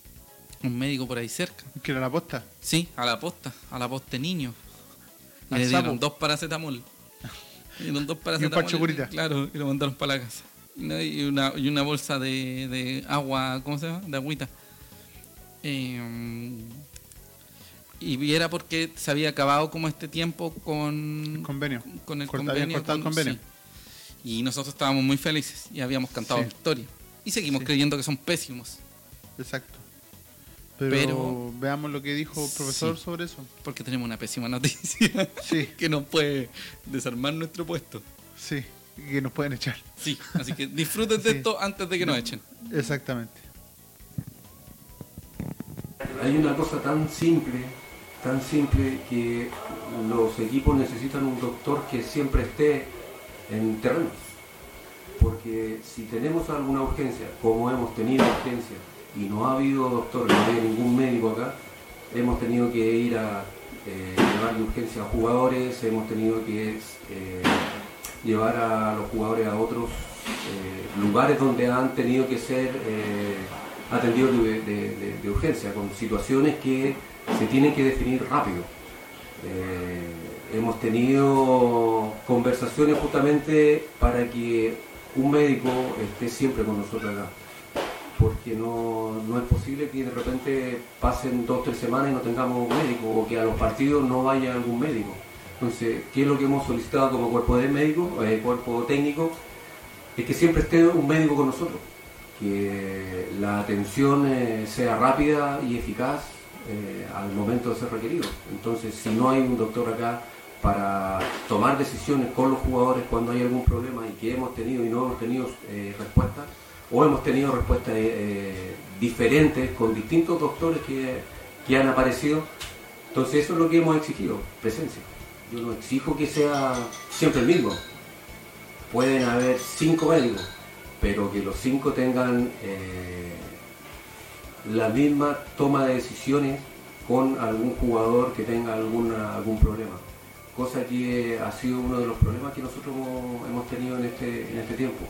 S2: un médico por ahí cerca.
S1: Que era la posta.
S2: Sí, a la posta, a la poste niño. Y
S1: Al
S2: le dieron
S1: sapo.
S2: dos paracetamol. Le dieron dos
S1: Y un
S2: paracetamol.
S1: parche curita.
S2: Claro, y lo mandaron para la casa. Y no- Y una, y una bolsa de, de agua, ¿cómo se llama? De agüita. Eh, y era porque se había acabado como este tiempo con,
S1: Convenio.
S2: con el
S1: Corta- habían
S2: convenio.
S1: cortado el
S2: con-
S1: convenio.
S2: sí. Y nosotros estábamos muy felices y habíamos cantado
S1: Sí.
S2: victoria. Y seguimos
S1: Sí.
S2: creyendo que son pésimos.
S1: Exacto. Pero,
S2: Pero-
S1: veamos lo que dijo el profesor sobre eso.
S2: Porque tenemos una pésima noticia.
S1: Sí,
S2: que nos puede desarmar nuestro puesto.
S1: sí. Que nos pueden echar.
S2: Sí, así que disfruten de
S1: Sí.
S2: esto antes de que nos echen.
S1: Exactamente.
S3: Hay una cosa tan simple, tan simple que los equipos necesitan un doctor que siempre esté en terreno. porque si tenemos alguna urgencia, como hemos tenido urgencia, y no ha habido doctor, no hay ningún médico acá, hemos tenido que ir a eh, llevar de urgencia a jugadores, hemos tenido que eh, llevar a los jugadores a otros eh, lugares donde han tenido que ser eh, atendidos de, de- de- de urgencia, con situaciones que se tienen que definir rápido. Eh, hemos tenido conversaciones justamente para que un médico esté siempre con nosotros acá. Porque no, no es posible que de repente pasen dos o tres semanas y no tengamos médico o que a los partidos no vaya algún médico. Entonces, ¿qué es lo que hemos solicitado como cuerpo de médico, eh, cuerpo técnico? Es que siempre esté un médico con nosotros, que la atención eh, sea rápida y eficaz eh, al momento de ser requerido. Entonces, si no hay un doctor acá para tomar decisiones con los jugadores cuando hay algún problema y que hemos tenido y no hemos tenido eh, respuesta, o hemos tenido respuestas eh, diferentes con distintos doctores que, que han aparecido, entonces eso es lo que hemos exigido, presencia. Yo no exijo que sea siempre el mismo. Pueden haber cinco médicos, pero que los cinco tengan eh, la misma toma de decisiones con algún jugador que tenga alguna, algún problema. Cosa que ha sido uno de los problemas que nosotros hemos- hemos tenido en este, en este tiempo.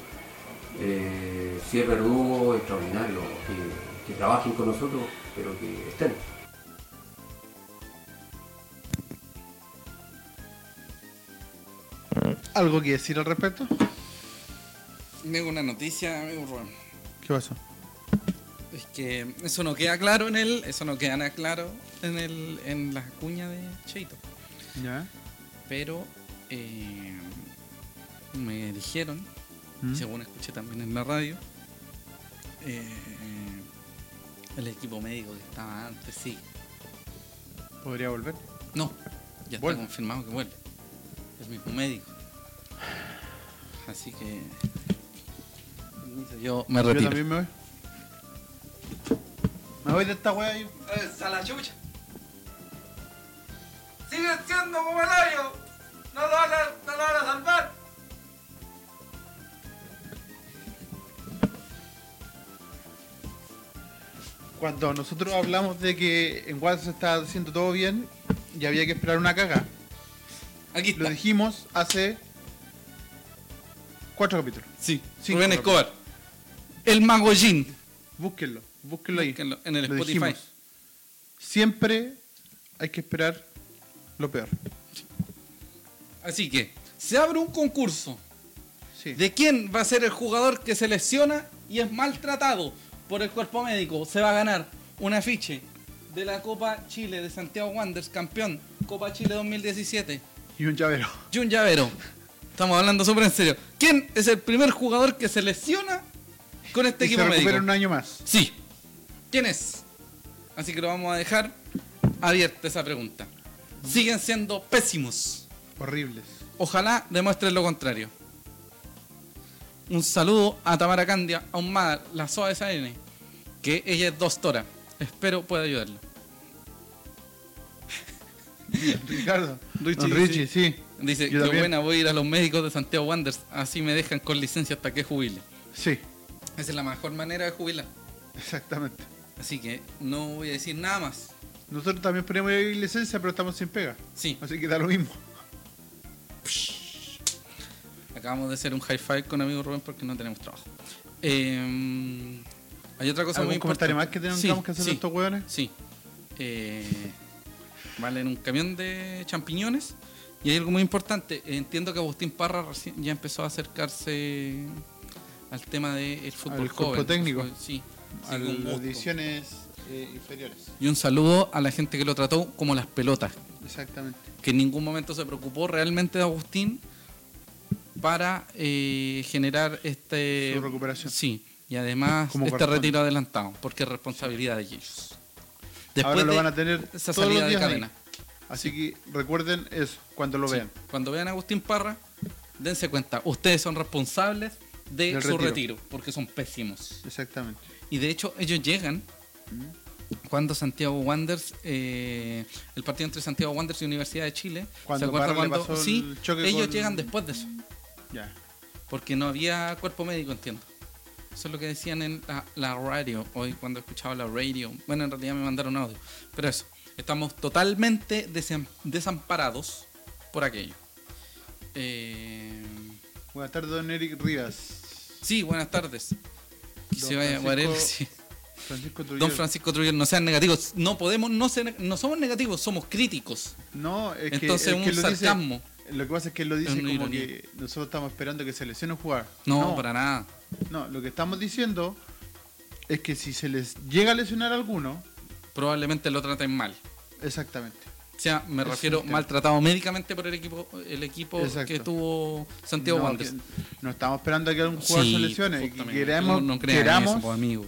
S3: Eh, si es verdugo, extraordinario, que, que trabajen con nosotros, pero que estén.
S1: ¿Algo que decir al respecto?
S2: Tengo una noticia, amigo Rubén.
S1: ¿Qué pasó?
S2: Es que eso no queda claro en el. Eso no queda nada claro en el. en la cuña de Cheito.
S1: ¿Ya?
S2: Pero eh, me dijeron,
S1: ¿Mm?
S2: según escuché también en la radio, eh, el equipo médico que estaba antes, sí.
S1: ¿Podría volver?
S2: No, ya
S1: Vuelve.
S2: está confirmado que vuelve. El mismo médico. Así que. Yo me
S1: Yo
S2: retiro.
S1: también me voy. Me voy de esta wea yo.
S2: ¡A la chucha! ¡Sigue siendo como el hoyo! ¡No lo van a, no lo van a salvar!
S1: Cuando nosotros hablamos de que en WhatsApp se está haciendo todo bien y había que esperar una caga.
S2: Aquí
S1: Lo
S2: está.
S1: dijimos hace cuatro capítulos.
S2: Sí,
S1: Sí,
S2: Rubén
S1: claro.
S2: Escobar. El Magollín.
S1: Búsquenlo, búsquenlo ahí.
S2: Búsquenlo en el
S1: Lo
S2: Spotify.
S1: Siempre hay que esperar lo peor.
S2: Así que, se abre un concurso
S1: Sí.
S2: de quién va a ser el jugador que se lesiona y es maltratado por el cuerpo médico. Se va a ganar un afiche de la Copa Chile de Santiago Wanderers, campeón Copa Chile 2017.
S1: Y un llavero.
S2: y un llavero. Estamos hablando súper en serio. ¿Quién es el primer jugador que se lesiona con este
S1: Y se
S2: equipo
S1: recupera
S2: médico?
S1: en un año más.
S2: Sí. ¿Quién es? Así que lo vamos a dejar abierta esa pregunta. Siguen siendo pésimos.
S1: Horribles.
S2: Ojalá demuestren lo contrario. Un saludo a Tamara Candia Ahumada, la SOA de SAN, que ella es doctora. Espero pueda ayudarla.
S1: Ricardo.
S2: Richie,
S1: Don Richie, sí.
S2: Dice,
S1: Yo
S2: qué
S1: también.
S2: buena, voy a ir a los médicos de Santiago Wanderers, así me dejan con licencia hasta que jubile.
S1: Sí,
S2: Esa es la mejor manera de jubilar.
S1: exactamente.
S2: Así que no voy a decir nada más.
S1: Nosotros también ponemos ahí licencia, pero estamos sin pega.
S2: Sí,
S1: Así que da lo mismo.
S2: acabamos de hacer un high five con amigo Rubén porque no tenemos trabajo. Eh, hay otra cosa
S1: ¿Algún
S2: muy importante.
S1: comentario más que tengamos
S2: Sí,
S1: que hacer
S2: sí,
S1: de estos hueones?
S2: Sí. Eh, valen un camión de champiñones. Y hay algo muy importante. Entiendo que Agustín Parra recién- ya empezó a acercarse al tema del fútbol
S1: Al cuerpo
S2: joven.
S1: técnico.
S2: Sí. sí,
S1: A
S2: con gusto.
S1: las divisiones eh, inferiores.
S2: Y un saludo a la gente que lo trató como las pelotas,
S1: Exactamente.
S2: que en ningún momento se preocupó realmente de Agustín para eh, generar este
S1: Su recuperación.
S2: Sí, y además
S1: Como
S2: este
S1: corresponde.
S2: retiro adelantado, porque es responsabilidad de ellos. Después
S1: Ahora lo
S2: de
S1: van a tener
S2: esa
S1: todos
S2: salida
S1: los
S2: de
S1: días ahí.
S2: cadena.
S1: Así que recuerden eso cuando lo
S2: Sí,
S1: vean.
S2: Cuando vean a Agustín Parra, dense cuenta, ustedes son responsables de
S1: Del
S2: su
S1: retiro.
S2: retiro, porque son pésimos.
S1: Exactamente.
S2: Y de hecho, ellos llegan
S1: Mm.
S2: cuando Santiago Wanderers, eh, el partido entre Santiago Wanderers y Universidad de Chile,
S1: Cuando
S2: ¿se acuerdan
S1: Parra le
S2: cuando-
S1: pasó el
S2: sí,
S1: choque
S2: ellos
S1: con-
S2: llegan después de eso.
S1: Ya.
S2: Porque no había cuerpo médico, entiendo. Eso es lo que decían en la, la radio, hoy cuando escuchaba la radio. Bueno, en realidad me mandaron audio. Pero eso, estamos totalmente desem- desamparados por aquello. Eh,
S1: Buenas tardes, don Eric Rivas.
S2: sí, buenas tardes. Que
S1: Don
S2: se vaya a
S1: Francisco-
S2: Guarel, sí.
S1: Francisco Trujillo.
S2: Don Francisco Trujillo, no sean negativos. No podemos, no, ser- no somos negativos, somos críticos.
S1: No, es que,
S2: Entonces,
S1: es que
S2: un
S1: lo dice-
S2: sarcasmo.
S1: lo que pasa es que él lo dice
S2: Es una
S1: como
S2: ironía.
S1: que nosotros estamos esperando que se lesione un jugador.
S2: No, para nada.
S1: no, lo que estamos diciendo es que si se les llega a lesionar alguno,
S2: Probablemente lo traten mal.
S1: exactamente.
S2: O sea, me
S1: Exacto.
S2: refiero maltratado médicamente por el equipo el equipo
S1: Exacto.
S2: que tuvo Santiago
S1: no,
S2: Wanderers.
S1: que- no estamos esperando a que un jugador se lesione. que
S2: justamente.
S1: Queremos,
S2: No- no crean en
S1: queramos
S2: eso, pues, amigo.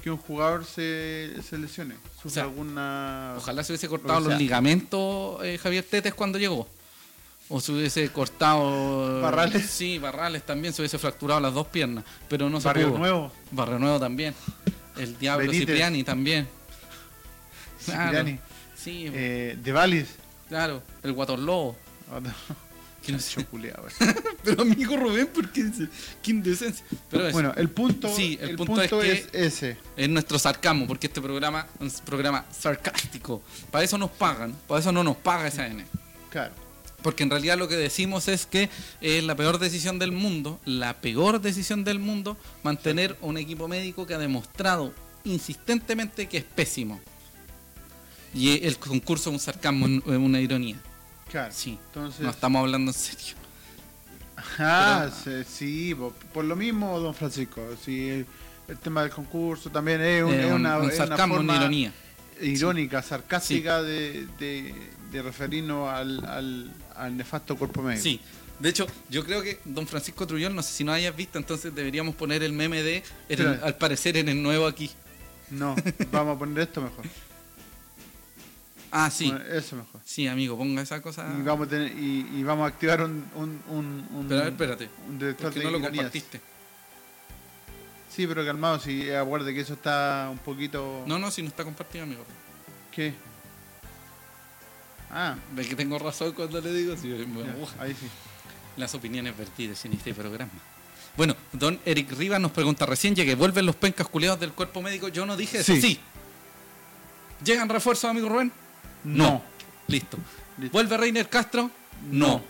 S1: que un jugador se, se lesione. Sufra
S2: O sea,
S1: alguna.
S2: Ojalá se hubiese cortado
S1: Ah. o sea-
S2: los ligamentos eh, Javier Tetes cuando llegó. O se hubiese cortado.
S1: Barrales.
S2: Sí, Barrales también se hubiese fracturado las dos piernas. Pero no se
S1: Barrio
S2: pudo.
S1: Nuevo.
S2: Barrio Nuevo también. El Diablo
S1: Benítez.
S2: Cipriani también. Claro.
S1: Cipriani,
S2: Sí,
S1: eh, de Valis.
S2: claro. El Guator Lobo.
S1: Oh, no,
S2: Que no sé.
S1: culeado, güey.
S2: Pero amigo Rubén, ¿por qué? dice? Qué indecencia. Pero eso.
S1: Bueno, el punto,
S2: Sí, el
S1: el
S2: punto
S1: punto,
S2: es que-
S1: es, ese.
S2: Es nuestro sarcasmo, porque este programa es un programa sarcástico. Para eso nos pagan, para eso no nos paga esa N.
S1: Claro.
S2: Porque en realidad lo que decimos es que es la peor decisión del mundo, la peor decisión del mundo, mantener un equipo médico que ha demostrado insistentemente que es pésimo. Y el concurso es un sarcasmo, es una ironía.
S1: Claro.
S2: Sí,
S1: Entonces,
S2: no estamos hablando en serio.
S1: Ajá, se-
S2: pero-
S1: sí, po- por lo mismo, don Francisco. Sí, el, el tema del concurso también es, un-
S2: Es
S1: es
S2: un-
S1: una,
S2: un
S1: es una
S2: sarcasmo, una
S1: forma
S2: ironía.
S1: irónica, sarcástica de, de, de referirnos al, al, al nefasto cuerpo médico.
S2: Sí. De hecho, yo creo que don Francisco Trullón, no sé si no hayas visto, entonces deberíamos poner el meme de, en el-
S1: Claro.
S2: al parecer, en el nuevo aquí.
S1: No, vamos a poner esto mejor.
S2: Ah, sí. Ah.
S1: Poner eso mejor.
S2: Sí, amigo, ponga esa cosa.
S1: Y vamos a tener, y, y vamos a activar un, un, un, un-
S2: Pero a ver, espérate.
S1: un detector
S2: Porque
S1: de
S2: no lo
S1: ironías.
S2: compartiste.
S1: Sí, pero calmado, si aguarde que eso está un poquito.
S2: No, no, si no está compartido, amigo.
S1: ¿Qué? Ah,
S2: Ve que tengo razón cuando le digo. sí, me
S1: ya,
S2: aguja.
S1: ahí sí.
S2: Las opiniones vertidas en este programa. Bueno, don Eric Rivas nos pregunta recién, ya que vuelven los pencas culeados del cuerpo médico, yo no dije eso. Sí.
S1: Sí.
S2: ¿Llegan refuerzos, amigo Rubén?
S1: No.
S2: Listo.
S1: Listo.
S2: ¿Vuelve Reiner Castro? No.
S1: No.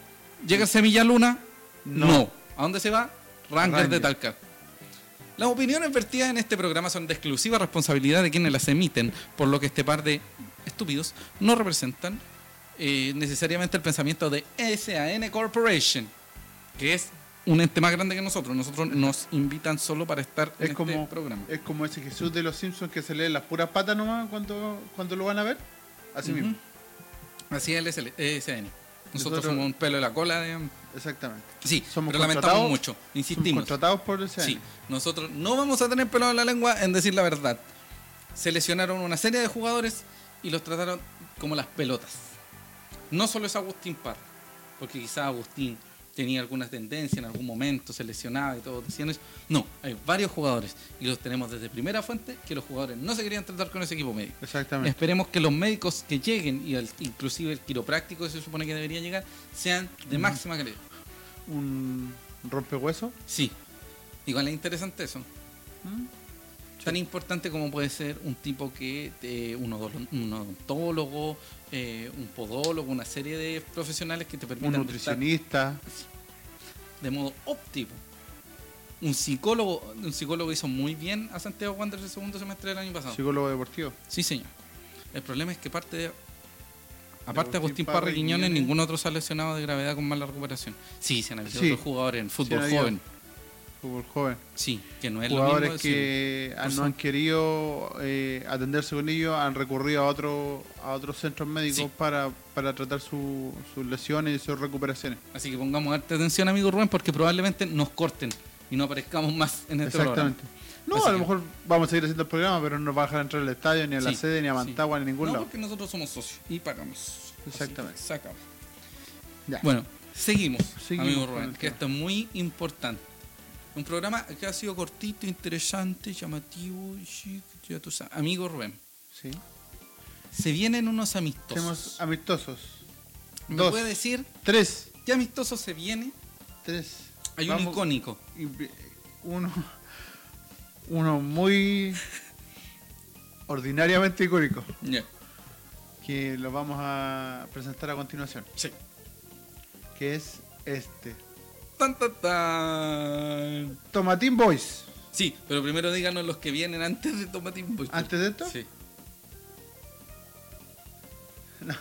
S2: ¿Llega Semilla Luna? No.
S1: No.
S2: ¿A dónde se va? Ranger,
S1: Ranger.
S2: de Talca. Las opiniones vertidas en este programa son de exclusiva responsabilidad de quienes las emiten, por lo que este par de estúpidos no representan eh, necesariamente el pensamiento de SAN Corporation, que es un ente más grande que nosotros. Nosotros nos invitan solo para estar en
S1: Es
S2: este
S1: como,
S2: programa.
S1: es como ese Jesús de los Simpsons que se lee las puras patas nomás cuando, cuando lo van a ver. Así
S2: Ujú.
S1: mismo,
S2: Así es el SL SAN. Nosotros
S1: Nosotros-
S2: somos un pelo de la cola, digamos.
S1: exactamente.
S2: Sí,
S1: Somos
S2: pero lamentamos
S1: contratados-
S2: mucho,
S1: Somos
S2: insistimos.
S1: contratados por el CN.
S2: Sí, nosotros no vamos a tener pelo en la lengua en decir la verdad. Se lesionaron una serie de jugadores y los trataron como las pelotas. No solo es Agustín Parra, porque quizá Agustín tenía alguna tendencia en algún momento, se lesionaba y todo, decían eso. No, hay varios jugadores y los tenemos desde primera fuente que los jugadores no se querían tratar con ese equipo médico.
S1: Exactamente.
S2: Esperemos que los médicos que lleguen y el- inclusive el quiropráctico que se supone que debería llegar sean de máxima calidad.
S1: Un rompehueso.
S2: Sí. Igual es interesante eso.
S1: ¿Mm?
S2: Tan importante como puede ser un tipo que te- un, odol- un odontólogo, eh, un podólogo, una serie de profesionales que te
S1: Un
S2: permitan estar
S1: nutricionista.
S2: de modo óptimo. Un psicólogo, un psicólogo hizo muy bien a Santiago Wanderers el segundo semestre del año pasado.
S1: Psicólogo deportivo.
S2: Sí, señor. El problema es que parte de. Aparte de Agustín
S1: Agustín
S2: Parra
S1: Parra
S2: y
S1: y
S2: Quiñones,
S1: Quiñones.
S2: ningún otro se ha lesionado de gravedad con mala recuperación. Sí, se han habido
S1: Sí.
S2: otros jugadores en
S1: han
S2: fútbol
S1: habido.
S2: joven.
S1: Fútbol joven.
S2: Sí, que no es
S1: Jugadores
S2: lo mismo. sí.
S1: que han- no han querido eh, atenderse con ellos, han recurrido a otro, a otros centros médicos
S2: Sí.
S1: para, para tratar su- sus lesiones y sus recuperaciones.
S2: Así que pongamos harta atención, amigo Rubén, porque probablemente nos corten y no aparezcamos más en este
S1: Exactamente. No, a
S2: Así
S1: lo
S2: que-
S1: mejor vamos a seguir haciendo el programa, pero no nos va a dejar entrar al estadio, ni a la
S2: Sí,
S1: sede, ni a
S2: sí.
S1: Mantagua, ni a ningún
S2: programa. No,
S1: lado.
S2: porque nosotros somos socios y pagamos. Así
S1: Exactamente.
S2: que se acabó.
S1: Ya.
S2: Bueno, seguimos,
S1: Seguimos
S2: amigo
S1: con
S2: Rubén,
S1: el
S2: que
S1: tema.
S2: esto es muy importante. Un programa que ha sido cortito, interesante, llamativo, y sí, ya tú sabes. Amigo Rubén,
S1: Sí.
S2: se vienen unos amistosos.
S1: Tenemos amistosos.
S2: ¿Me
S1: dos.
S2: puede decir
S1: Tres.
S2: qué amistoso se viene?
S1: Tres.
S2: Hay un
S1: Vamos-
S2: icónico.
S1: y- uno, uno muy ordinariamente icónico,
S2: Ya.
S1: que lo vamos a presentar a continuación,
S2: Sí.
S1: que es este.
S2: Tan, tan, tan.
S1: Tomatín Boys.
S2: Sí, pero primero díganos los que vienen antes de Tomatín Boy.
S1: ¿Antes de esto?
S2: Sí. No.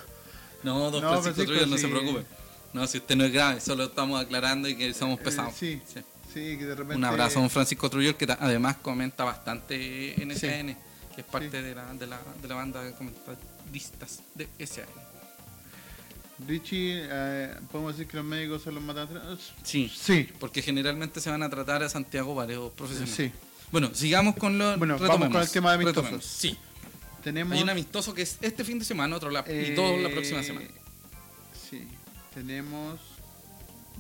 S2: No, don
S1: No,
S2: Francisco,
S1: Francisco,
S2: Trujillo, no
S1: sí.
S2: se preocupe. No, si usted no es grave, solo estamos aclarando y que somos
S1: Eh,
S2: pesados.
S1: sí. Sí, que de repente...
S2: Un abrazo a don Francisco Trujillo, que ta- además comenta bastante en
S1: Sí.
S2: SN, que es parte
S1: Sí.
S2: de, la, de, la, de la banda de comentaristas de SN.
S1: Richie, eh, podemos decir que los médicos son los matantes.
S2: Sí,
S1: Sí,
S2: porque generalmente se van a tratar a Santiago varios profesionales.
S1: sí.
S2: Bueno, sigamos con lo.
S1: Bueno, vamos con el tema de amistosos.
S2: retomemos. Sí,
S1: Tenemos...
S2: hay un amistoso que es este fin de semana, otro la,
S1: eh,
S2: y todo la próxima semana.
S1: Sí, tenemos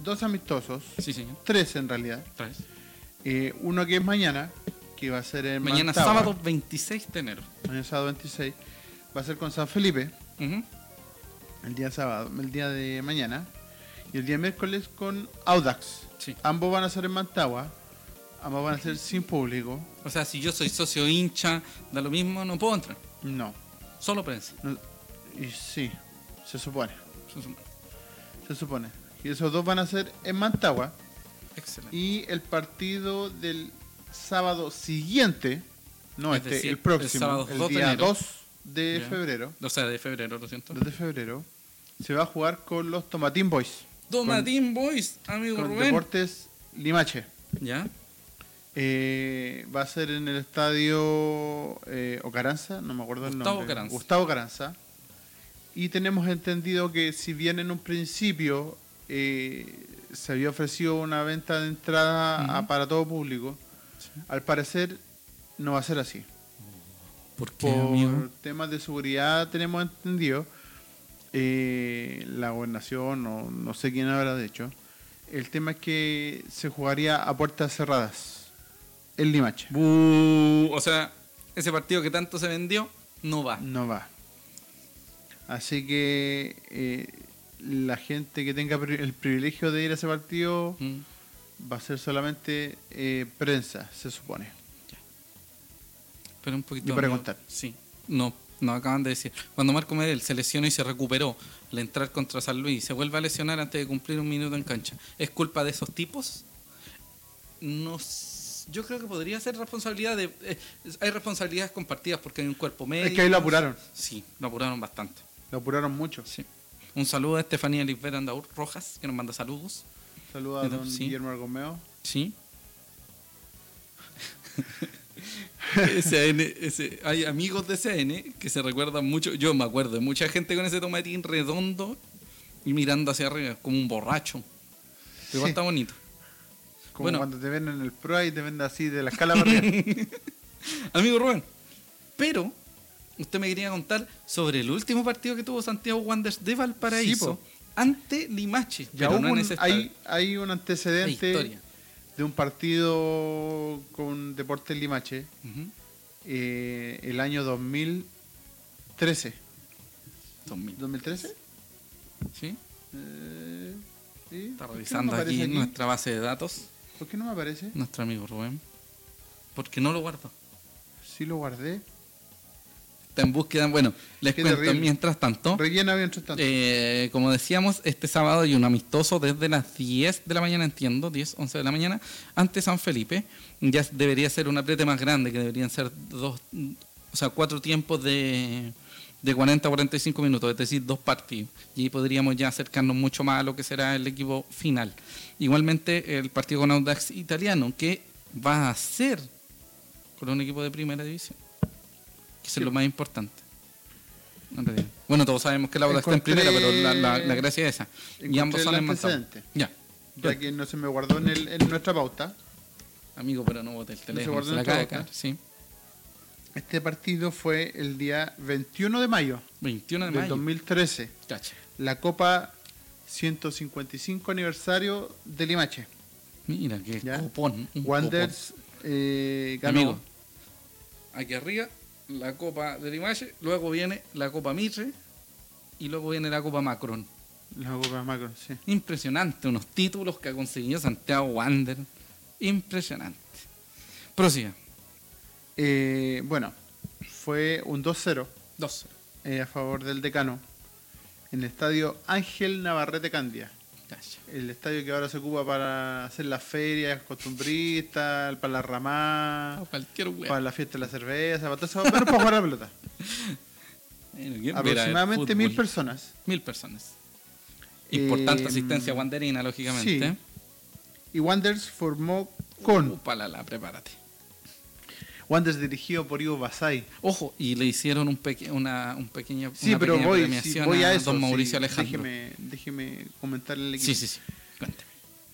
S1: dos amistosos,
S2: Sí, señor.
S1: tres en realidad.
S2: Tres.
S1: Eh, uno que es mañana, que va a ser en
S2: Mañana
S1: Mantagua,
S2: sábado 26 de enero.
S1: Mañana sábado 26. Va a ser con San Felipe,
S2: Ujú.
S1: el día sábado, el día de mañana. Y el día miércoles con Audax.
S2: Sí.
S1: Ambos van a ser en Mantagua. Ambos van a ser sin público.
S2: O sea, si yo soy socio hincha, da lo mismo, no puedo entrar.
S1: No.
S2: Solo prensa.
S1: no- y sí, se supone.
S2: Eso es un-
S1: Se supone. Y esos dos van a ser en Mantagua.
S2: Excelente.
S1: Y el partido del sábado siguiente, no
S2: Es
S1: este,
S2: decir,
S1: el
S2: el
S1: próximo,
S2: sábado
S1: el,
S2: 2 de
S1: día
S2: enero.
S1: 2 de
S2: Ya.
S1: febrero,
S2: O sea, de febrero, lo siento.
S1: 2 de febrero, se va a jugar con los Tomatín Boys,
S2: Tomatín Boys, amigo
S1: con
S2: Rubén.
S1: Deportes Limache.
S2: Ya,
S1: Eh, va a ser en el estadio eh, Ocaranza, no me acuerdo el
S2: Gustavo
S1: nombre.
S2: Ocaranza.
S1: Gustavo Ocaranza. Y tenemos entendido que si bien en un principio eh, se había ofrecido una venta de entrada a-
S2: Ujú.
S1: para todo público, al parecer no va a ser así.
S2: ¿por qué,
S1: Por
S2: amigo?
S1: temas de seguridad tenemos entendido, eh, la gobernación o no sé quién habrá de hecho, el tema es que se jugaría a puertas cerradas. El Limache.
S2: Bu- o sea, ese partido que tanto se vendió no va.
S1: No va. Así que eh, la gente que tenga pri- el privilegio de ir a ese partido
S2: Mm.
S1: va a ser solamente eh, prensa, se supone.
S2: Pero un poquito.
S1: Yo para
S2: amigo.
S1: contar.
S2: Sí. No, nos acaban de decir. Cuando Marco Medel se lesionó y se recuperó al entrar contra San Luis, se vuelve a lesionar antes de cumplir un minuto en cancha. ¿Es culpa de esos tipos? No. s- Yo creo que podría ser responsabilidad de. eh, hay responsabilidades compartidas porque hay un cuerpo médico.
S1: Es que ahí lo apuraron,
S2: Sí, lo apuraron bastante.
S1: lo apuraron mucho.
S2: Sí. Un saludo a Estefanía Lisbeth Andaur Rojas, que nos manda saludos.
S1: Saluda a
S2: Pero
S1: don
S2: sí.
S1: Guillermo Argomeo.
S2: Sí. SN, ese- hay amigos de CN que se recuerdan mucho. Yo me acuerdo de mucha gente con ese tomatín redondo y mirando hacia arriba, como un borracho. Pero igual
S1: Sí.
S2: está bonito.
S1: Como
S2: Bueno.
S1: cuando te ven en el Pro y te ven así de la escala para arriba.
S2: Amigo Rubén, pero usted me quería contar sobre el último partido que tuvo Santiago Wanderers de Valparaíso
S1: po.
S2: ante Limache.
S1: Ya
S2: pero
S1: hubo
S2: no en
S1: un-
S2: ese estadio.
S1: hay, hay un
S2: Hay
S1: antecedente
S2: historia.
S1: de un partido con Deportes Limache
S2: Ujú.
S1: eh, el año 2013.
S2: 2000.
S1: ¿2013?
S2: ¿Sí?
S1: Eh, sí.
S2: Está
S1: ¿Por qué no me
S2: revisando
S1: aparece
S2: aquí nuestra base de datos.
S1: ¿Por qué no me aparece?
S2: Nuestro amigo Rubén. Porque no lo guardo.
S1: Sí lo guardé.
S2: Está en búsqueda. Bueno, les
S1: Qué
S2: cuento
S1: terrible.
S2: mientras tanto.
S1: Rellena mientras tanto.
S2: eh, como decíamos, este sábado hay un amistoso desde las 10 de la mañana, entiendo, 10, 11 de la mañana, ante San Felipe. Ya debería ser un apriete más grande, que deberían ser dos, mm, o sea, cuatro tiempos de, de 40 a 45 minutos, es decir, dos partidos. Y ahí podríamos ya acercarnos mucho más a lo que será el equipo final. Igualmente, el partido con Audax Italiano, que va a ser con un equipo de primera división, que eso es lo más importante. En realidad. Bueno, todos sabemos que la Audax está en
S1: Encontré-
S2: primera, pero la, la- la gracia es esa. Y
S1: encontré
S2: ambos son
S1: el
S2: en Mantagua.
S1: antecedente.
S2: Ya.
S1: Ya que no se me guardó en, el- en nuestra pauta.
S2: Amigo, pero no bote el teléfono.
S1: guardó
S2: Se la
S1: en tu
S2: acaba de
S1: boca.
S2: caer, sí.
S1: Este partido fue el día 21 de mayo
S2: 21 de
S1: del
S2: mayo.
S1: 2013.
S2: Cacha.
S1: La Copa 155 aniversario de Limache.
S2: Mira, qué
S1: Ya.
S2: copón. un
S1: Wanderers eh,
S2: copón.
S1: ganó.
S2: Amigo, aquí arriba la Copa de Limache, luego viene la Copa Mitre y luego viene la Copa Macron.
S1: Las copas macro, sí.
S2: Impresionante, unos títulos que ha conseguido Santiago Wander. Impresionante. Prosiga.
S1: Eh, bueno, fue un 2-0
S2: 2.
S1: eh, a favor del decano en el estadio Ángel Navarrete Candia.
S2: Calla.
S1: El estadio que ahora se ocupa para hacer las ferias costumbristas, para la ramada,
S2: A Ah, cualquier wea.
S1: para la fiesta de la cerveza, para todo eso, pero para jugar a la pelota.
S2: Bueno, ¿quién verá
S1: Aproximadamente
S2: Eh, el
S1: mil
S2: fútbol?
S1: personas.
S2: Mil personas. Importante
S1: Eh,
S2: asistencia wanderina, lógicamente.
S1: Y Wanders formó con
S2: Upalala, prepárate.
S1: Wanders dirigido por Ivo Basay.
S2: Ojo, y le hicieron un, peque- una, un pequeño,
S1: Sí,
S2: una
S1: pero
S2: pequeña
S1: voy, sí,
S2: premiación
S1: voy a
S2: a,
S1: eso.
S2: don
S1: sí,
S2: Mauricio Alejandro.
S1: Déjeme, déjeme comentarle el equipo.
S2: Sí, sí, sí. Cuéntame.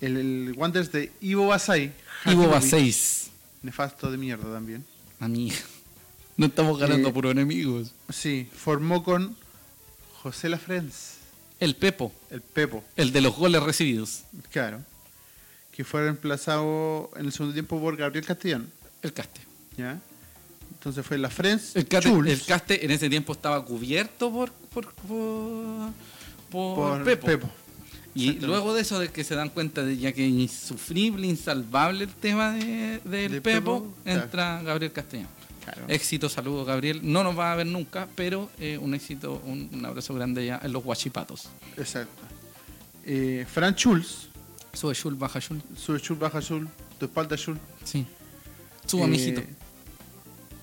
S1: El, el Wanderers de Ivo Basay.
S2: Ivo
S1: Jacobi,
S2: Baseis.
S1: Nefasto de mierda también.
S2: Amigo. No estamos ganando
S1: Eh,
S2: por enemigos.
S1: Sí, formó con José Lafrenz,
S2: El Pepo,
S1: el Pepo,
S2: el de los goles recibidos.
S1: claro. Que fue reemplazado en el segundo tiempo por Gabriel Castellón.
S2: El Caste.
S1: ¿ya? Entonces fue Lafrenz,
S2: El Caste,
S1: Schulz,
S2: el Caste en ese tiempo estaba cubierto por, por, por, por
S1: por
S2: Pepo.
S1: Pepo.
S2: Y
S1: Exactamente.
S2: luego de eso, de que se dan cuenta de ya que es insufrible, insalvable el tema de- del
S1: De
S2: Pepo,
S1: Pepo, claro.
S2: entra Gabriel Castellano.
S1: Claro.
S2: Éxito, saludo Gabriel. No nos va a ver nunca, pero eh, un éxito, un, un abrazo grande ya en los guachipatos.
S1: Exacto. Eh, Fran Schulz,
S2: Sube Shul, baja Shul.
S1: sube Schulz, baja Schulz, tu espalda Schulz.
S2: Sí. Suba,
S1: Eh,
S2: mijito.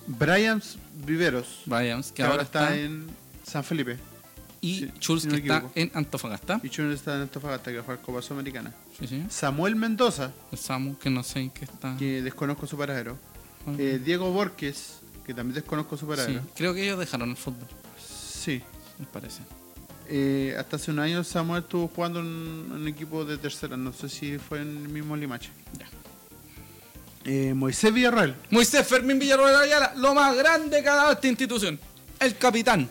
S1: Brian Viveros,
S2: Vayamos,
S1: que ahora está, en San Felipe.
S2: Y
S1: sí,
S2: Schulz,
S1: si no
S2: que
S1: me
S2: está
S1: equivoco.
S2: en Antofagasta.
S1: Y Chun está en Antofagasta, que va a jugar Copa Sudamericana.
S2: Sí, sí.
S1: Samuel Mendoza,
S2: El Samu, que no sé en qué está.
S1: que desconozco su paradero.
S2: Ah,
S1: Eh, Diego Borges, que también desconozco su
S2: sí.
S1: paradero.
S2: Creo que ellos dejaron el fútbol,
S1: Sí.
S2: me parece.
S1: Eh, hasta hace un año Samuel estuvo jugando en un equipo de tercera. No sé si fue en el mismo Limache.
S2: Ya.
S1: Eh, Moisés Villarreal,
S2: Moisés Fermín Villarroel Ayala, lo más grande que ha dado esta institución. El capitán,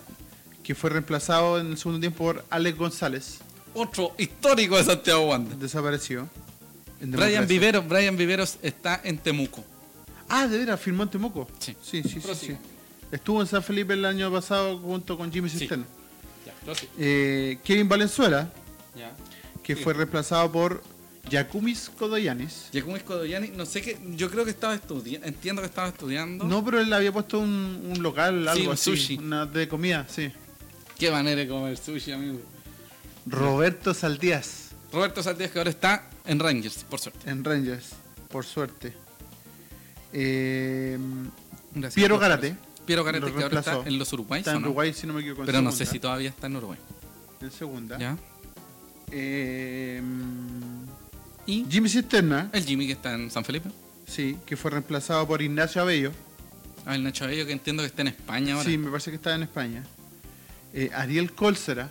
S1: que fue reemplazado en el segundo tiempo por Alex González,
S2: otro histórico de Santiago Wander.
S1: desaparecido. en democracia.
S2: Brian Viveros, Brian Viveros está en Temuco.
S1: Ah, de veras, firmó en Temuco.
S2: Sí.
S1: Sí, sí, sí,
S2: Prosiga.
S1: sí. Estuvo en San Felipe el año pasado junto con Jimmy
S2: Sí.
S1: Cisterna. Eh, Kevin Valenzuela, que
S2: Sí.
S1: fue reemplazado por Yacumis Kodoyanis.
S2: Llegó un Escodoyani, no sé qué, yo creo que estaba estudiando, entiendo que estaba estudiando.
S1: No, pero él había puesto un, un local, algo
S2: un
S1: así,
S2: sushi.
S1: una de comida, sí.
S2: Qué manera de comer sushi, amigo.
S1: Roberto Saldías
S2: Roberto Saldías que ahora está en Rangers, por suerte.
S1: en Rangers, por suerte. Eh,
S2: Gracias.
S1: Piero Garate.
S2: Piero Garate
S1: Lo
S2: que ahora está
S1: reemplazó.
S2: en los Uruguay,
S1: Está en
S2: ¿o no?
S1: Uruguay, si no me equivoco. en
S2: pero no sé si
S1: segunda,
S2: todavía está en Uruguay.
S1: En segunda.
S2: ¿Ya?
S1: Eh,
S2: Y
S1: Jimmy Cisterna,
S2: el Jimmy que está en San Felipe.
S1: sí, que fue reemplazado por Ignacio Abello.
S2: Ah, el Nacho Bello que entiendo que está en España ahora.
S1: Sí, me parece que está en España. Eh, Ariel Colsera,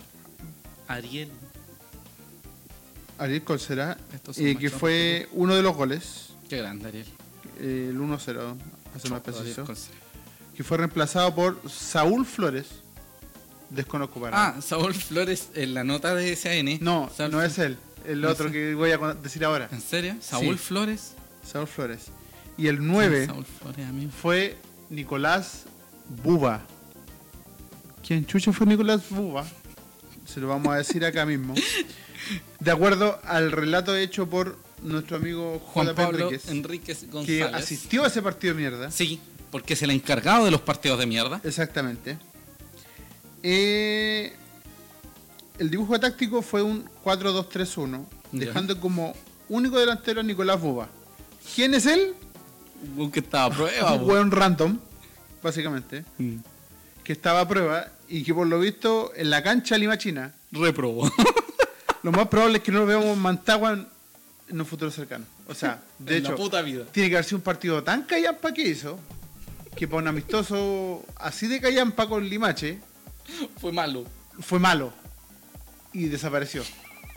S2: Ariel.
S1: Ariel Colsera,
S2: Estos son
S1: eh,
S2: más
S1: que
S2: chocos.
S1: fue uno de los goles,
S2: Qué grande, Ariel.
S1: eh, el 1-0, hace más
S2: Ariel
S1: preciso,
S2: Corsa.
S1: que fue reemplazado por Saúl Flores, desconozco para
S2: Ah, Saúl Flores en la nota de SAN.
S1: No,
S2: Saúl
S1: no
S2: Flores.
S1: es él, el
S2: No
S1: otro
S2: sé. Ah.
S1: que voy a con- decir ahora,
S2: ¿En serio? Saúl
S1: Sí.
S2: Flores.
S1: Saúl Flores. Y el 9
S2: Saúl Flores, amigo.
S1: fue Nicolás Buba. ¿Quién chucha fue Nicolás Buba? Se lo vamos a decir acá mismo. De acuerdo al relato hecho por nuestro amigo
S2: Juan
S1: J.P.
S2: Pablo
S1: Enríquez,
S2: Enríquez,
S1: que
S2: González.
S1: asistió a ese partido de mierda.
S2: Sí, porque es el encargado de los partidos de mierda.
S1: Exactamente. Eh, el dibujo táctico fue un 4-2-3-1,
S2: Ya.
S1: dejando como único delantero a Nicolás Buba. ¿Quién es él?
S2: Un que estaba a prueba.
S1: Un
S2: po.
S1: buen random, básicamente.
S2: Mm.
S1: que estaba a prueba y que por lo visto en la cancha limachina,
S2: Reprobó.
S1: lo más probable es que no lo veamos en Mantagua en, en un futuro cercano. O sea, de
S2: En la
S1: hecho,
S2: puta vida.
S1: tiene que haber sido un partido tan callampa que hizo, que para un amistoso así de callampa con Limache,
S2: Fue malo.
S1: fue malo y desapareció.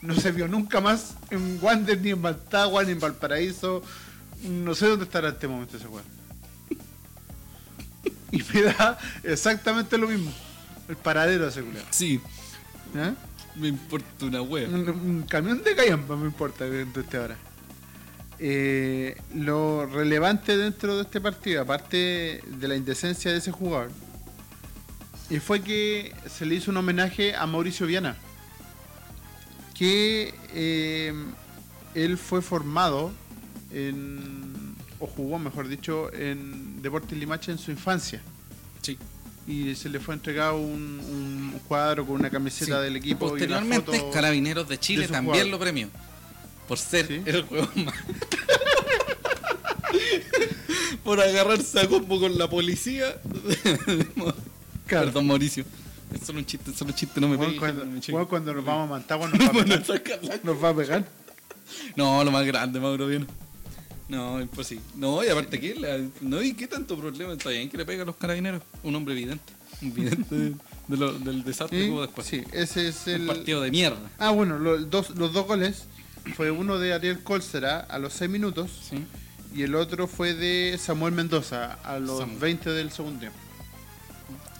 S1: No se vio nunca más en Wander, ni en Mantagua, ni en Valparaíso. No sé dónde estará en este momento ese juego. Y me da exactamente lo mismo. El paradero de seguridad.
S2: Sí,
S1: ¿Eh?
S2: me importa una wea.
S1: Un, un camión de callampa, me importa dentro de este ahora. Eh, lo relevante dentro de este partido, aparte de la indecencia de ese jugador, y fue que se le hizo un homenaje a Mauricio Viana, que eh, él fue formado en, o jugó, mejor dicho, en Deportes Limache en su infancia.
S2: Sí.
S1: Y se le fue entregado un, un cuadro con una camiseta
S2: Sí.
S1: del equipo. y una
S2: Posteriormente,
S1: foto.
S2: Carabineros de Chile
S1: de su
S2: también
S1: jugador.
S2: lo premió. Por ser
S1: Sí.
S2: el juego más. por agarrarse a combo con la policía.
S1: Claro.
S2: Perdón, Mauricio. Es solo un chiste, es solo un chiste, no me
S1: Weón,
S2: pegues,
S1: cuando,
S2: no me
S1: weón,
S2: chingues.
S1: cuando nos vamos a Mantagua nos va a pegar.
S2: Bueno, sacarla.
S1: Nos va a pegar.
S2: No, lo más grande, Mauro bien. No, pues sí. No, y aparte que la- no, y qué tanto problema está bien que le pega a los carabineros. Un hombre vidente. Un vidente de- de lo- del desastre que
S1: Y-
S2: hubo después.
S1: Sí, ese es
S2: Un
S1: el.
S2: pues. partido de mierda.
S1: Ah, bueno, los dos, los dos goles fue uno de Ariel Colsera a los 6 minutos
S2: Sí.
S1: y el otro fue de Samuel Mendoza a los
S2: Samu.
S1: 20 del segundo tiempo.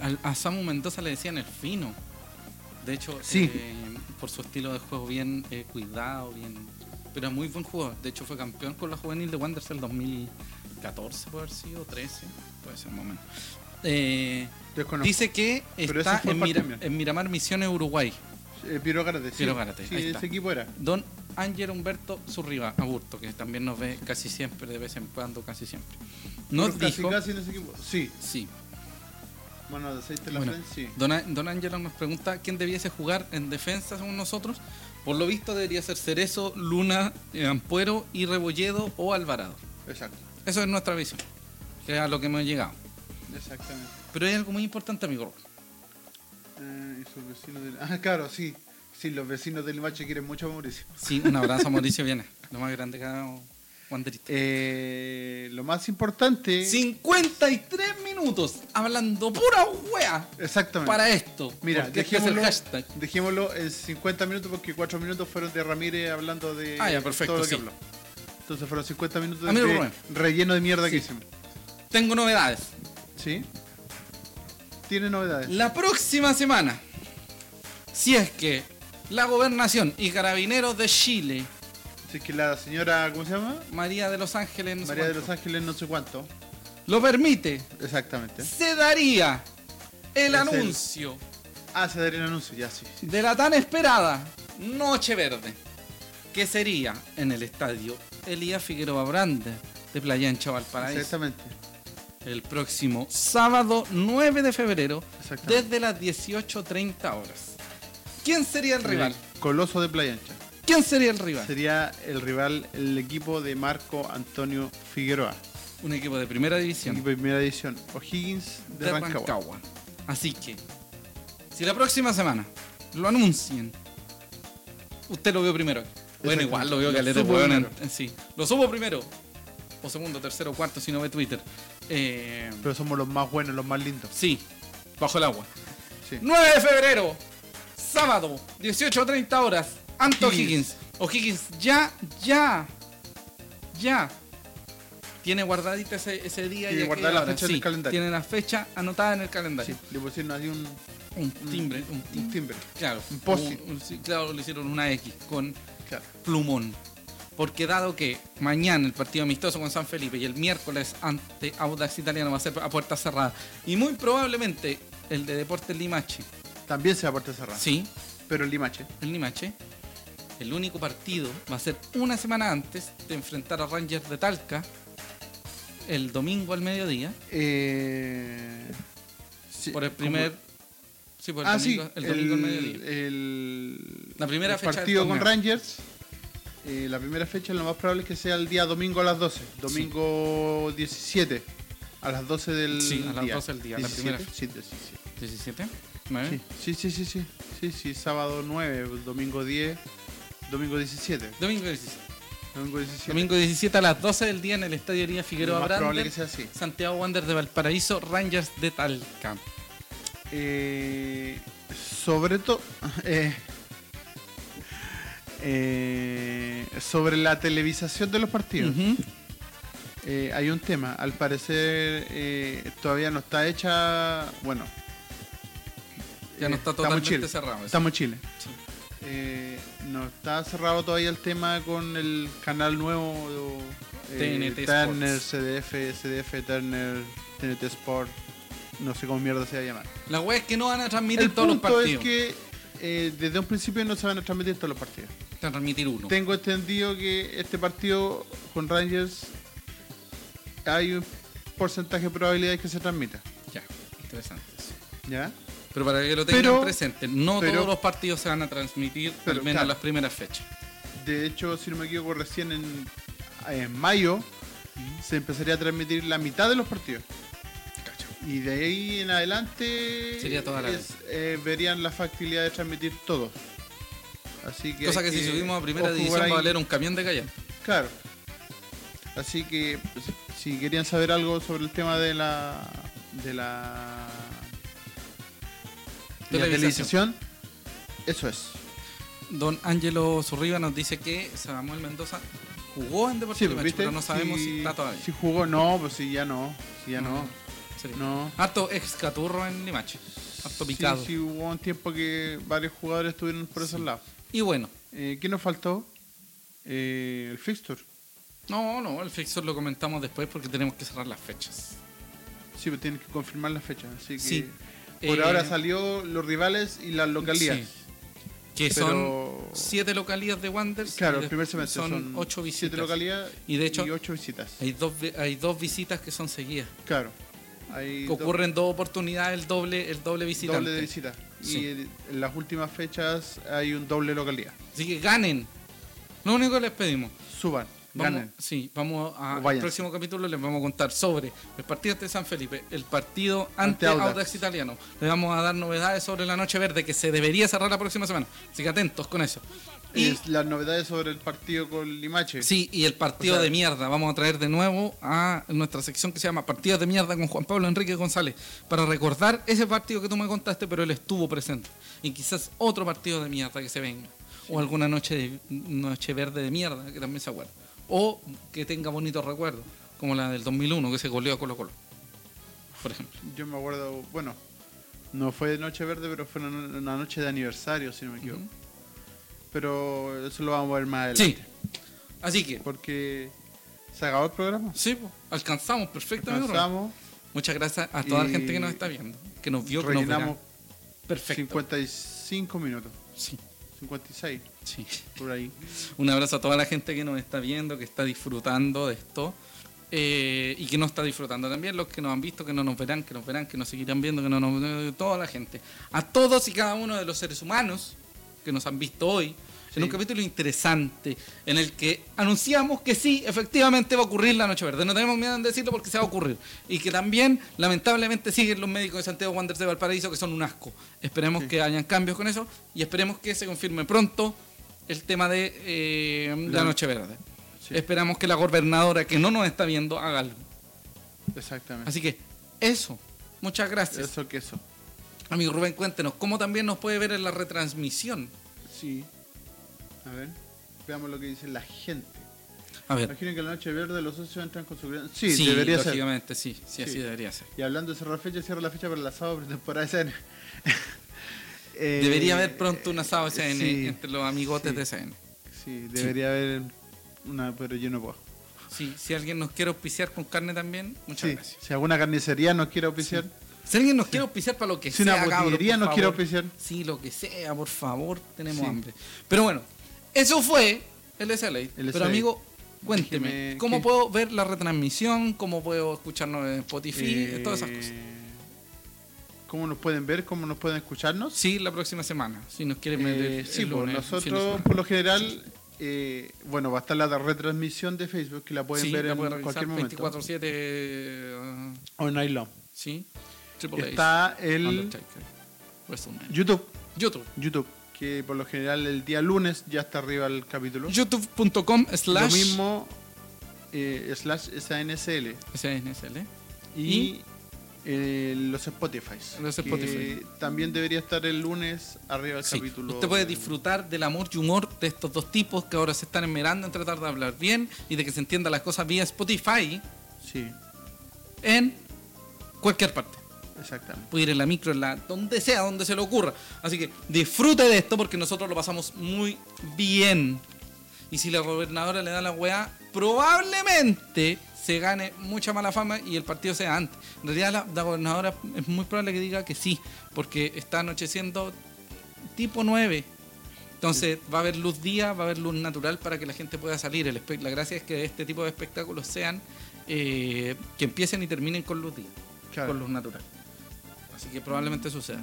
S2: Al- a Samu Mendoza le decían el fino. De hecho,
S1: Sí.
S2: eh, por su estilo de juego bien eh, cuidado, bien. Pero es muy buen jugador. De hecho, fue campeón con la juvenil de Wanderers el 2014, puede haber sido, 13, puede ser más o menos. Eh,
S1: Desconozco.
S2: Dice que
S1: Pero
S2: está
S1: ese fue
S2: en,
S1: por
S2: Mira-
S1: cambio.
S2: en Miramar Misiones, Uruguay.
S1: Eh, Piero Gárate, sí.
S2: Piero Gárate,
S1: Sí,
S2: ahí
S1: ese
S2: está.
S1: equipo era.
S2: Don Ángel Humberto Zurriba Aburto, que también nos ve casi siempre, de vez en cuando, casi siempre. Nos
S1: Pero casi,
S2: dijo.
S1: casi en ese equipo. Sí,
S2: Sí.
S1: mano de aceite en la
S2: Bueno,
S1: frente, sí.
S2: Don, A- don Ángelo nos pregunta quién debiese jugar en defensa según nosotros. Por lo visto debería ser Cerezo, Luna, eh, Ampuero y Rebolledo o Alvarado.
S1: Exacto,
S2: Eso es nuestra visión, que es a lo que hemos llegado.
S1: exactamente.
S2: Pero hay algo muy importante, amigo.
S1: Eh, y sus vecinos del... Ah, claro, sí. Sí, los vecinos del Limache quieren mucho a Mauricio.
S2: Sí, un abrazo a Mauricio Viana, lo más grande que ha dado Wanderista.
S1: Eh, lo más importante.
S2: 53 minutos hablando pura wea
S1: Exactamente.
S2: para esto.
S1: Mira,
S2: porque este es el
S1: dejémoslo,
S2: hashtag.
S1: dejémoslo en 50 minutos porque 4 minutos fueron de Ramírez hablando de
S2: Ah, ya, perfecto,
S1: todo lo que
S2: sí.
S1: habló. Entonces fueron 50 minutos
S2: Amigo
S1: de
S2: Rubén.
S1: relleno de mierda que
S2: Sí.
S1: hicimos.
S2: Tengo novedades.
S1: ¿Sí? Tiene novedades.
S2: La próxima semana, si es que la gobernación y carabineros de Chile,
S1: Así que la señora, ¿cómo se llama?
S2: María de los Ángeles, no sé
S1: María de los
S2: cuánto,
S1: Ángeles, no sé cuánto.
S2: lo permite,
S1: Exactamente.
S2: se daría el
S1: el-
S2: anuncio
S1: Ah, se daría el anuncio, ya sí. sí.
S2: de la tan esperada Noche Verde, que sería en el estadio Elías Figueroa Brande de Playa Ancha Valparaíso
S1: Exactamente.
S2: el próximo sábado 9 de febrero
S1: Exactamente.
S2: desde las 18.30 horas. ¿Quién sería el rival?
S1: El Coloso de Playa Ancha.
S2: ¿Quién sería el rival?
S1: Sería el rival, el equipo de Marco Antonio Figueroa.
S2: Un equipo de primera división
S1: Equipo de primera edición. O'Higgins de,
S2: de
S1: Rancagua.
S2: Rancagua. Así que, si la próxima semana lo anuncien, usted lo vio primero. Bueno,
S1: Exacto.
S2: igual lo vio
S1: Lo
S2: Caleta,
S1: supo
S2: weón,
S1: primero.
S2: en- Sí, lo supo primero. O segundo, tercero, cuarto, si no ve Twitter. Eh,
S1: Pero somos los más buenos, los más lindos.
S2: sí, bajo el agua.
S1: Sí.
S2: 9 de febrero, sábado, 18.30 horas, Anto Higgins. O'Higgins ya, ya, ya. Tiene guardadita ese, ese día
S1: Tiene
S2: y
S1: guardada
S2: aquella
S1: la
S2: hora.
S1: fecha en el calendario.
S2: Tiene la fecha anotada en el calendario.
S1: Sí, le pusieron ahí un,
S2: Un timbre, un timbre.
S1: un timbre.
S2: Claro,
S1: Un post-it.
S2: un- un- sí, claro, le hicieron una X con
S1: Claro.
S2: plumón. Porque dado que mañana el partido amistoso con San Felipe y el miércoles ante Audax Italiano va a ser a puerta cerrada y muy probablemente el de Deportes Limache,
S1: También se va a puerta cerrada.
S2: sí,
S1: Pero el Limache.
S2: el Limache, el único partido va a ser una semana antes de enfrentar a Rangers de Talca el domingo al mediodía
S1: Eh, sí,
S2: por el
S1: como-
S2: primer... Sí, por el
S1: ah,
S2: domingo,
S1: sí.
S2: el domingo al mediodía.
S1: el-
S2: La primera
S1: el
S2: fecha del
S1: partido con
S2: torneo.
S1: Rangers. eh, la primera fecha lo más probable es que sea el día domingo a las 12. Domingo 17. A las 12 del
S2: Sí, a las
S1: día.
S2: 12 del día, la
S1: 17,
S2: primera. ¿Eh?
S1: Sí, 17.
S2: 17, ¿nueve?
S1: Sí, sí, sí, sí, sí. Sí, sí, sábado 9, domingo 10, domingo 17.
S2: Domingo 17.
S1: Domingo 17.
S2: Domingo 17 a las 12 del día en el Estadio Elías
S1: Lo
S2: Figueroa
S1: más probable que
S2: Brander.
S1: sea así.
S2: Santiago Wander de Valparaíso, Rangers de Talca.
S1: Eh, sobre todo. eh, eh, sobre la televisación de los partidos.
S2: Ujú.
S1: eh, hay un tema. Al parecer eh, todavía no está hecha. Bueno.
S2: Ya no
S1: eh, estamos
S2: está
S1: en
S2: totalmente
S1: Chile.
S2: cerrado. eso.
S1: Estamos en Chile.
S2: Sí.
S1: Eh, no está cerrado todavía el tema con el canal nuevo eh,
S2: TNT
S1: Turner, CDF,
S2: Sports.
S1: CDF, Turner, TNT Sport. No sé cómo mierda se va a llamar.
S2: La wea es que no van a transmitir
S1: El
S2: todos los
S1: punto es
S2: partidos.
S1: que eh, desde un principio no se van a transmitir todos los partidos.
S2: Transmitir uno.
S1: Tengo entendido que este partido con Rangers hay un porcentaje de probabilidades que se transmita.
S2: Ya, interesante eso.
S1: ¿Ya?
S2: Pero para que lo tengan
S1: Pero-
S2: presente, no
S1: pero-
S2: todos los partidos se van a transmitir,
S1: Pero,
S2: al menos
S1: claro.
S2: las primeras fechas.
S1: De hecho, si no me equivoco, recién en, en mayo se empezaría a transmitir la mitad de los partidos.
S2: Cacho.
S1: Y de ahí en adelante
S2: Sería toda la
S1: eh, verían la factibilidad de transmitir todos. Así que
S2: Cosa
S1: hay
S2: que si subimos a primera
S1: ojo por
S2: división va
S1: ahí.
S2: a valer un camión de calle.
S1: Claro. Así que pues, si querían saber algo sobre el tema de la de la de la televisación,
S2: Televisación.
S1: eso es.
S2: Don Ángelo Zurriba nos dice que Samuel Mendoza jugó en
S1: Sí,
S2: Deportivo
S1: pues,
S2: Limache,
S1: ¿viste?
S2: pero no sabemos si está todavía.
S1: Si jugó, no, pues si ya no, si ya no.
S2: Sí.
S1: No.
S2: Harto ex caturro en Limache. Harto
S1: Sí,
S2: picado.
S1: sí, hubo un tiempo que varios jugadores estuvieron por esos lados.
S2: Y bueno,
S1: Eh, ¿Qué nos faltó? Eh, el fixture.
S2: no, no, el fixture lo comentamos después porque tenemos que cerrar las fechas.
S1: Sí, pero tienen que confirmar la fecha. Así que
S2: Sí.
S1: por
S2: Eh,
S1: ahora salió los rivales y las localidades.
S2: Sí. Que
S1: Pero-
S2: son siete localidades de Wanderers. y
S1: Claro, el
S2: de-
S1: primer semestre
S2: son,
S1: son,
S2: ocho visitas.
S1: Siete localidades
S2: Y de hecho-
S1: ocho visitas.
S2: Hay dos, vi- hay dos visitas que son seguidas.
S1: Claro. Hay do-
S2: Ocurren dos oportunidades el doble, el doble visitante.
S1: doble de visitas.
S2: Sí.
S1: Y en- en las últimas fechas hay un doble localidad.
S2: Así que ganen. Lo único que les pedimos.
S1: Suban,
S2: Vamos,
S1: ganen.
S2: Sí, vamos a.
S1: O
S2: El
S1: váyanse.
S2: próximo capítulo les vamos a contar sobre el partido ante San Felipe, el partido
S1: Ante
S2: ante,
S1: Audax.
S2: Audax. Italiano. Les vamos a dar novedades sobre la Noche Verde que se debería cerrar la próxima semana. Así que atentos con eso. Y,
S1: Es las novedades sobre el partido con Limache.
S2: sí, y el partido
S1: o sea-
S2: de mierda. Vamos a traer de nuevo a nuestra sección que se llama Partidos de mierda con Juan Pablo Enrique González para recordar ese partido que tú me contaste, pero él estuvo presente. Y quizás otro partido de mierda que se venga. O alguna noche, de- noche verde de mierda que también se acuerda. O que tenga bonitos recuerdos, como la del 2001 que se goleó a Colo Colo. Por ejemplo.
S1: Yo me acuerdo, bueno, no fue de Noche Verde, pero fue una, una noche de aniversario, si no me equivoco. Pero eso lo vamos a ver más
S2: Sí.
S1: adelante.
S2: Así que,
S1: Porque se acabó el programa.
S2: sí, po, alcanzamos perfectamente. Rubén.
S1: Alcanzamos,
S2: Muchas gracias a toda la
S1: Y-
S2: gente que nos está viendo, que nos vio, que nos verá.
S1: rellenamos
S2: Perfecto.
S1: 55 minutos,
S2: Sí,
S1: 56
S2: sí.
S1: por ahí.
S2: Un abrazo a toda la gente que nos está viendo, que está disfrutando de esto. eh, y que no está disfrutando también, los que nos han visto, que no nos verán, que nos verán, que nos seguirán viendo, que no nos eh, toda la gente. A todos y cada uno de los seres humanos que nos han visto hoy, en
S1: Sí.
S2: un capítulo interesante, en el que anunciamos que sí, efectivamente va a ocurrir la Noche Verde. No tenemos miedo en decirlo porque se va a ocurrir. Y que también, lamentablemente, siguen los médicos de Santiago Wanderers de Valparaíso, que son un asco. Esperemos
S1: Sí.
S2: que hayan cambios con eso y esperemos que se confirme pronto el tema de eh, la
S1: La-
S2: Noche Verde.
S1: Sí.
S2: Esperamos que la gobernadora que no nos está viendo haga algo.
S1: Exactamente.
S2: Así que eso. Muchas gracias.
S1: Ah. Eso que eso.
S2: Amigo Rubén, cuéntenos cómo también nos puede ver en la retransmisión.
S1: Sí. A ver, veamos lo que dice la gente.
S2: A ver.
S1: Imaginen que la noche verde los socios entran con su gran... Sí,
S2: sí,
S1: debería ser.
S2: lógicamente, sí, sí, así
S1: Sí.
S2: debería ser.
S1: Y hablando de cerrar fecha, cierra la fecha para el asado pretemporada SN. Eh,
S2: Debería haber pronto un asado
S1: eh,
S2: SN
S1: sí,
S2: entre los amigotes
S1: sí.
S2: de SN.
S1: Sí, debería haber una, pero yo no puedo.
S2: Sí, si alguien nos quiere auspiciar con carne también, muchas
S1: Sí,
S2: gracias. Mm.
S1: si alguna carnicería nos quiere auspiciar,
S2: Si alguien nos quiere auspiciar para lo que
S1: Si
S2: sea,
S1: una
S2: cabrón,
S1: botillería
S2: por
S1: nos quiere
S2: favor.
S1: auspiciar.
S2: Sí, lo que sea, por favor, tenemos
S1: Sí.
S2: hambre. Pero bueno, eso fue el SLA. Pero
S1: SLA.
S2: amigo, cuénteme,
S1: Déjeme-
S2: ¿cómo
S1: ¿qué?
S2: puedo ver la retransmisión? ¿Cómo puedo escucharnos en Spotify?
S1: eh,
S2: Todas esas cosas.
S1: ¿Cómo nos pueden ver? ¿Cómo nos pueden escucharnos?
S2: Sí, la próxima semana, si nos quiere ver
S1: Eh,
S2: el
S1: sí, pues,
S2: lunes, fin de
S1: nosotros
S2: semana.
S1: por lo general, eh, bueno, va a estar la retransmisión de Facebook que la pueden
S2: Sí,
S1: ver
S2: la
S1: en
S2: pueden revisar
S1: cualquier momento.
S2: 24-7. eh,
S1: O Night Long.
S2: sí. Triple H,
S1: Está el
S2: Undertaker, WrestleMania.
S1: YouTube,
S2: YouTube.
S1: YouTube, que por lo general el día lunes ya está arriba el capítulo.
S2: YouTube.com
S1: Lo
S2: slash.
S1: mismo eh, slash SANSL
S2: SNSL.
S1: y,
S2: Y-
S1: eh, los Spotify.
S2: Los
S1: que
S2: Spotify.
S1: También debería estar el lunes arriba el
S2: Sí,
S1: capítulo.
S2: Usted puede disfrutar del amor y humor de estos dos tipos que ahora se están enmerando en tratar de hablar bien y de que se entiendan las cosas vía Spotify
S1: Sí,
S2: en cualquier parte.
S1: exactamente.
S2: Puede ir en la micro, en la donde sea, donde se le ocurra. Así que disfrute de esto porque nosotros lo pasamos muy bien. Y si la gobernadora le da la weá, probablemente se gane mucha mala fama y el partido sea antes. En realidad la, la gobernadora es muy probable que diga que sí, porque está anocheciendo tipo 9. Entonces va a haber luz día, va a haber luz natural para que la gente pueda salir. El espe- la gracia es que este tipo de espectáculos sean eh, que empiecen y terminen con luz día,
S1: Claro.
S2: con luz natural. Así que probablemente suceda.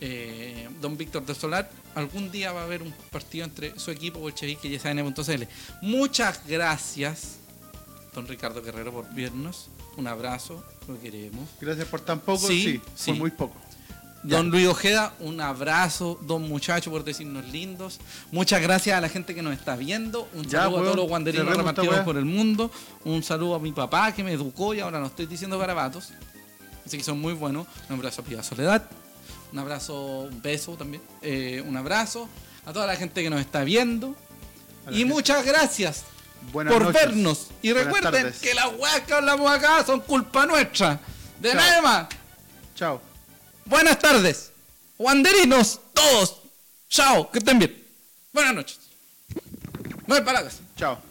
S2: Eh, don Víctor de Solar, algún día va a haber un partido entre su equipo bolchevique y SN.cl. Muchas gracias, don Ricardo Guerrero, por vernos. Un abrazo, lo queremos.
S1: Gracias por tan poco,
S2: Sí,
S1: sí,
S2: sí.
S1: por muy poco.
S2: Don Luis Ojeda, un abrazo, don muchacho, por decirnos lindos. Muchas gracias a la gente que nos está viendo. Un
S1: Ya,
S2: saludo a todos
S1: weón,
S2: los guanderinos
S1: cerremos esta
S2: repartidos
S1: weá.
S2: por el mundo. Un saludo a mi papá que me educó y ahora no estoy diciendo garabatos. Así que son muy buenos. Un abrazo a Piedad Soledad. Un abrazo, un beso también. Eh, un abrazo a toda la gente que nos está viendo.
S1: A la
S2: Y
S1: gente.
S2: muchas gracias
S1: Buenas
S2: por
S1: noches.
S2: vernos. Y
S1: Buenas
S2: recuerden
S1: tardes.
S2: que las weas que hablamos acá son culpa nuestra. De
S1: Chao.
S2: nada más.
S1: Chao.
S2: Buenas tardes. Wanderinos, todos. Chao, que estén bien. Buenas noches. No hay palabras.
S1: Chao.